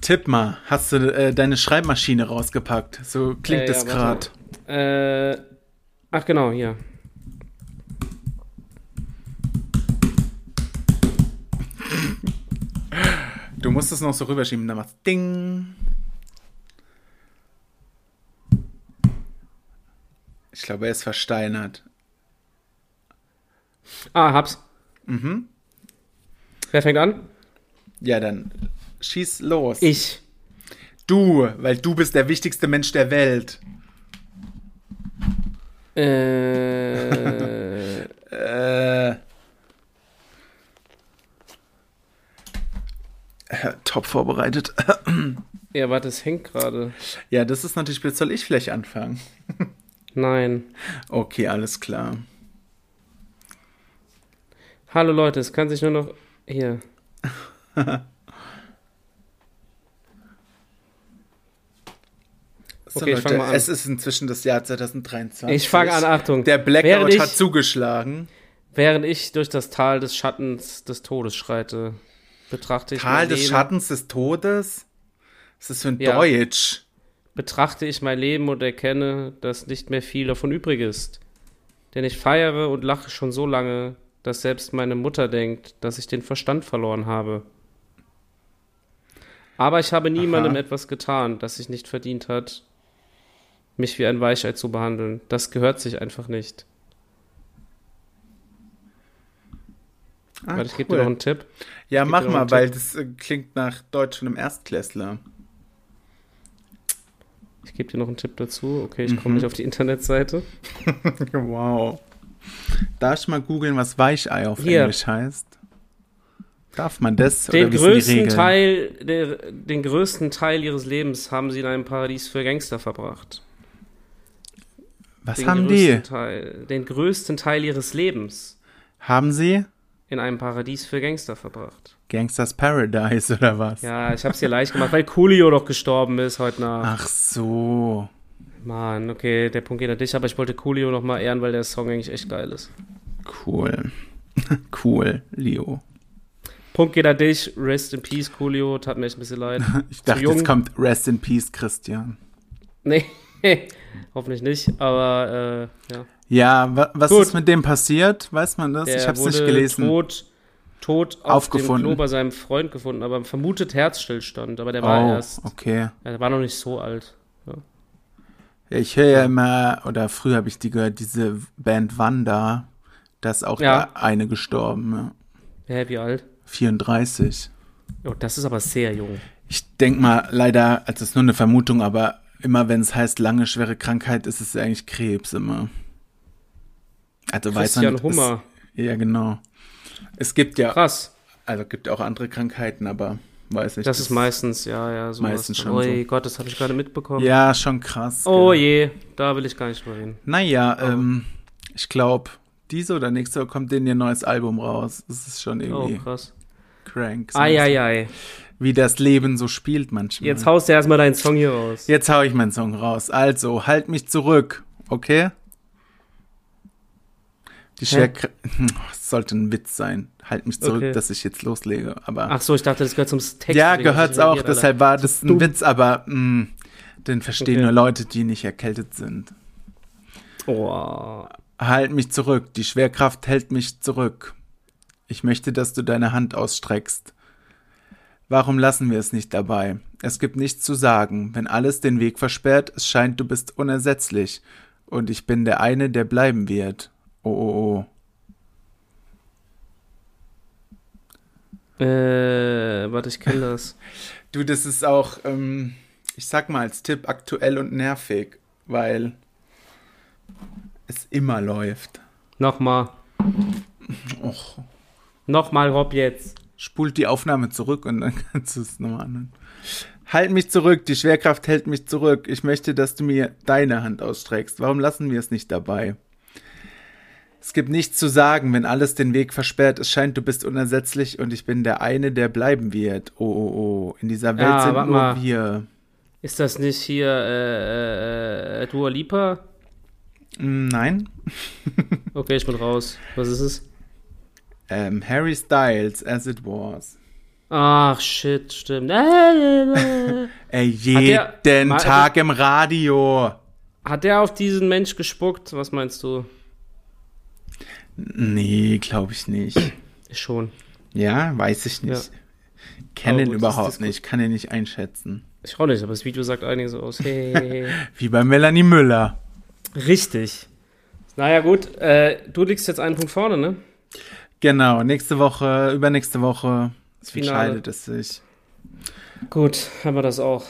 [SPEAKER 2] Tipp mal, hast du äh, deine Schreibmaschine rausgepackt? So klingt
[SPEAKER 1] Äh, ja,
[SPEAKER 2] es gerade.
[SPEAKER 1] warte mal. Äh, ach genau, hier.
[SPEAKER 2] Du musst es noch so rüberschieben, dann machst Ding. Ich glaube, er ist versteinert.
[SPEAKER 1] Ah, hab's. Mhm. Wer fängt an?
[SPEAKER 2] Ja, dann schieß los.
[SPEAKER 1] Ich.
[SPEAKER 2] Du, weil du bist der wichtigste Mensch der Welt.
[SPEAKER 1] Äh,
[SPEAKER 2] Äh. Äh, Top vorbereitet.
[SPEAKER 1] ja, warte, es hängt gerade.
[SPEAKER 2] Ja, das ist natürlich blöd. Soll ich vielleicht anfangen?
[SPEAKER 1] Nein.
[SPEAKER 2] Okay, alles klar.
[SPEAKER 1] Hallo Leute, es kann sich nur noch. Hier.
[SPEAKER 2] So,
[SPEAKER 1] Okay, ich fang mal an.
[SPEAKER 2] Es ist inzwischen das Jahr 2023.
[SPEAKER 1] Ich fange an, Achtung.
[SPEAKER 2] Der Blackout
[SPEAKER 1] während ich,
[SPEAKER 2] hat zugeschlagen.
[SPEAKER 1] Während ich durch das Tal des Schattens des Todes schreite, betrachte ich
[SPEAKER 2] Tal
[SPEAKER 1] mein
[SPEAKER 2] des
[SPEAKER 1] Leben,
[SPEAKER 2] Schattens des Todes? Was ist das für ein
[SPEAKER 1] Ja.
[SPEAKER 2] Deutsch?
[SPEAKER 1] betrachte ich mein Leben und erkenne, dass nicht mehr viel davon übrig ist. Denn ich feiere und lache schon so lange, dass selbst meine Mutter denkt, dass ich den Verstand verloren habe. Aber ich habe niemandem etwas getan, das sich nicht verdient hat, mich wie ein Weichei zu behandeln. Das gehört sich einfach nicht.
[SPEAKER 2] Ah,
[SPEAKER 1] Warte, ich gebe
[SPEAKER 2] cool.
[SPEAKER 1] dir noch einen Tipp.
[SPEAKER 2] ja,
[SPEAKER 1] geb
[SPEAKER 2] mach
[SPEAKER 1] dir noch
[SPEAKER 2] mal,
[SPEAKER 1] einen
[SPEAKER 2] weil das äh, klingt nach Deutsch von einem Erstklässler.
[SPEAKER 1] Ich gebe dir noch einen Tipp dazu. Okay, ich
[SPEAKER 2] Mhm.
[SPEAKER 1] komme nicht auf die Internetseite.
[SPEAKER 2] Wow. Darf ich mal googeln, was Weichei auf
[SPEAKER 1] Hier.
[SPEAKER 2] Englisch heißt? Darf man das?
[SPEAKER 1] Den
[SPEAKER 2] wie sind die
[SPEAKER 1] größten,
[SPEAKER 2] Regeln?
[SPEAKER 1] Teil, der, den größten Teil ihres Lebens haben sie in einem Paradies für Gangster verbracht.
[SPEAKER 2] Was
[SPEAKER 1] Den
[SPEAKER 2] haben die?
[SPEAKER 1] größten Teil, den größten Teil ihres Lebens
[SPEAKER 2] Haben sie
[SPEAKER 1] in einem Paradies für Gangster verbracht.
[SPEAKER 2] Gangsters Paradise oder was?
[SPEAKER 1] Ja, ich hab's dir leicht gemacht, weil Coolio doch gestorben ist heute Nacht.
[SPEAKER 2] Ach so.
[SPEAKER 1] Mann, okay, der Punkt geht an dich, aber ich wollte Coolio nochmal ehren, weil der Song eigentlich echt geil ist.
[SPEAKER 2] Cool. cool, Leo.
[SPEAKER 1] Punkt geht an dich. Rest in Peace, Coolio. Tat mir echt ein bisschen leid.
[SPEAKER 2] Ich
[SPEAKER 1] Zu
[SPEAKER 2] dachte,
[SPEAKER 1] jung.
[SPEAKER 2] jetzt kommt Rest in Peace, Christian.
[SPEAKER 1] Nee, hoffentlich nicht. Aber äh, ja.
[SPEAKER 2] Ja, wa was
[SPEAKER 1] Gut.
[SPEAKER 2] ist mit dem passiert? Weiß man das? ich
[SPEAKER 1] Er
[SPEAKER 2] habe es nicht
[SPEAKER 1] wurde
[SPEAKER 2] gelesen.
[SPEAKER 1] Tot, tot auf
[SPEAKER 2] Aufgefunden.
[SPEAKER 1] dem Klo bei seinem Freund gefunden, aber vermutet Herzstillstand. Aber der war
[SPEAKER 2] oh,
[SPEAKER 1] erst,
[SPEAKER 2] okay.
[SPEAKER 1] ja, der war noch nicht so alt. Ja.
[SPEAKER 2] Ich höre ja immer, oder früher habe ich die gehört, diese Band Wanda. Da ist auch
[SPEAKER 1] Ja.
[SPEAKER 2] der eine gestorben. ja.
[SPEAKER 1] Hä, wie alt?
[SPEAKER 2] 34.
[SPEAKER 1] Oh, das ist aber sehr jung.
[SPEAKER 2] Ich denke mal, leider, also es ist nur eine Vermutung, aber immer wenn es heißt lange schwere Krankheit, ist es eigentlich Krebs immer. Also weiß man
[SPEAKER 1] Christian
[SPEAKER 2] nicht,
[SPEAKER 1] Hummer.
[SPEAKER 2] Ist, ja, genau. Es gibt ja,
[SPEAKER 1] Krass.
[SPEAKER 2] also gibt auch andere Krankheiten, aber weiß nicht.
[SPEAKER 1] Das ist meistens, ja, ja, so.
[SPEAKER 2] Meistens schon
[SPEAKER 1] Oh
[SPEAKER 2] so.
[SPEAKER 1] Gott, das habe ich gerade mitbekommen.
[SPEAKER 2] Ja, schon krass.
[SPEAKER 1] Oh
[SPEAKER 2] gell.
[SPEAKER 1] je, da will ich gar nicht drüber reden.
[SPEAKER 2] Naja, ähm, ich glaube, diese oder nächste Woche kommt denen ihr neues Album raus. Es ist schon
[SPEAKER 1] Oh,
[SPEAKER 2] irgendwie
[SPEAKER 1] krass.
[SPEAKER 2] crank. so ein
[SPEAKER 1] Eieiei.
[SPEAKER 2] bisschen, Wie das Leben so spielt manchmal.
[SPEAKER 1] Jetzt haust du erstmal deinen Song hier raus.
[SPEAKER 2] Jetzt hau ich meinen Song raus. Also, halt mich zurück, okay? Die Schere. Es hm, sollte ein Witz sein. Halt mich zurück,
[SPEAKER 1] Okay.
[SPEAKER 2] dass ich jetzt loslege. Aber
[SPEAKER 1] Ach so, ich dachte, das gehört zum Text. deswegen
[SPEAKER 2] ja,
[SPEAKER 1] hab ich
[SPEAKER 2] gehört's
[SPEAKER 1] nicht
[SPEAKER 2] auch.
[SPEAKER 1] reagiert,
[SPEAKER 2] Deshalb war das ein Witz, aber mh, den verstehen
[SPEAKER 1] Okay.
[SPEAKER 2] nur Leute, die nicht erkältet sind.
[SPEAKER 1] Alter. Oh.
[SPEAKER 2] Halt mich zurück, die Schwerkraft hält mich zurück. Ich möchte, dass du deine Hand ausstreckst. Warum lassen wir es nicht dabei? Es gibt nichts zu sagen, wenn alles den Weg versperrt, es scheint, du bist unersetzlich. Und ich bin der eine, der bleiben wird. Oh, oh, oh.
[SPEAKER 1] Äh, warte, ich kenne das.
[SPEAKER 2] Du, das ist auch, ähm, ich sag mal als Tipp, aktuell und nervig, weil es immer läuft.
[SPEAKER 1] Nochmal.
[SPEAKER 2] Och,
[SPEAKER 1] Nochmal Rob jetzt.
[SPEAKER 2] spult die Aufnahme zurück und dann kannst du es nochmal anhören. Halt mich zurück, die Schwerkraft hält mich zurück. Ich möchte, dass du mir deine Hand ausstreckst. Warum lassen wir es nicht dabei? Es gibt nichts zu sagen, wenn alles den Weg versperrt. Es scheint, du bist unersetzlich und ich bin der eine, der bleiben wird. Oh, oh, oh. In dieser Welt
[SPEAKER 1] Ja,
[SPEAKER 2] sind nur
[SPEAKER 1] warte mal.
[SPEAKER 2] wir.
[SPEAKER 1] Ist das nicht hier äh, äh, äh, Dua Lipa?
[SPEAKER 2] Hm, Nein?
[SPEAKER 1] Okay, ich bin raus. Was ist es?
[SPEAKER 2] Ähm, Harry Styles, As It Was.
[SPEAKER 1] Ach, shit, stimmt. Äh, äh, äh.
[SPEAKER 2] Ey,
[SPEAKER 1] der-
[SPEAKER 2] jeden
[SPEAKER 1] Mal-
[SPEAKER 2] Tag im Radio.
[SPEAKER 1] Hat der auf diesen Mensch gespuckt? Was meinst du?
[SPEAKER 2] Nee, glaube ich nicht.
[SPEAKER 1] Schon.
[SPEAKER 2] Ja, weiß ich nicht. Kenne
[SPEAKER 1] Aber
[SPEAKER 2] den
[SPEAKER 1] gut, das
[SPEAKER 2] überhaupt
[SPEAKER 1] ist gut.
[SPEAKER 2] nicht, kann den nicht einschätzen.
[SPEAKER 1] Ich auch nicht, aber das Video sagt einiges aus. Hey, hey, hey.
[SPEAKER 2] Wie bei Melanie Müller.
[SPEAKER 1] Richtig. Naja, gut. Äh, du liegst jetzt einen Punkt vorne, ne?
[SPEAKER 2] Genau, nächste Woche, übernächste Woche
[SPEAKER 1] Finale.
[SPEAKER 2] entscheidet es sich.
[SPEAKER 1] Gut, haben wir das auch.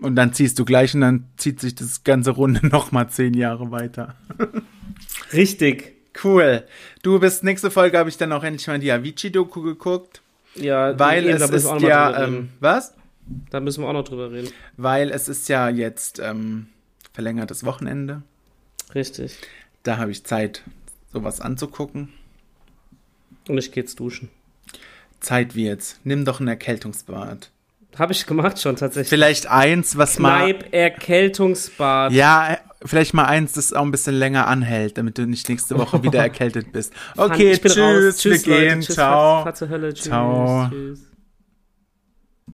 [SPEAKER 2] Und dann ziehst du gleich und dann zieht sich das ganze Runde nochmal zehn Jahre weiter.
[SPEAKER 1] Richtig.
[SPEAKER 2] Cool. Du bist nächste Folge, habe ich dann auch endlich mal die Avicii-Doku geguckt,
[SPEAKER 1] Ja,
[SPEAKER 2] weil
[SPEAKER 1] eben,
[SPEAKER 2] es
[SPEAKER 1] müssen
[SPEAKER 2] ist
[SPEAKER 1] wir auch noch mal drüber
[SPEAKER 2] ja,
[SPEAKER 1] reden.
[SPEAKER 2] ähm, was?
[SPEAKER 1] da müssen wir auch noch drüber reden.
[SPEAKER 2] Weil es ist ja jetzt ähm, verlängertes Wochenende.
[SPEAKER 1] Richtig.
[SPEAKER 2] Da habe ich Zeit, sowas anzugucken.
[SPEAKER 1] Und ich gehe jetzt duschen.
[SPEAKER 2] Zeit wie jetzt. Nimm doch ein Erkältungsbad.
[SPEAKER 1] Habe ich gemacht schon tatsächlich.
[SPEAKER 2] Vielleicht eins, was mal.
[SPEAKER 1] Kneipp Erkältungsbad.
[SPEAKER 2] Ja, vielleicht mal eins, das auch ein bisschen länger anhält, damit du nicht nächste Woche wieder erkältet bist. Okay,
[SPEAKER 1] ich bin
[SPEAKER 2] tschüss,
[SPEAKER 1] raus.
[SPEAKER 2] wir
[SPEAKER 1] Leute.
[SPEAKER 2] gehen,
[SPEAKER 1] Tschüss, Fatze,
[SPEAKER 2] ciao.
[SPEAKER 1] Fatze Hölle. Tschüss.
[SPEAKER 2] Ciao.
[SPEAKER 1] Tschüss.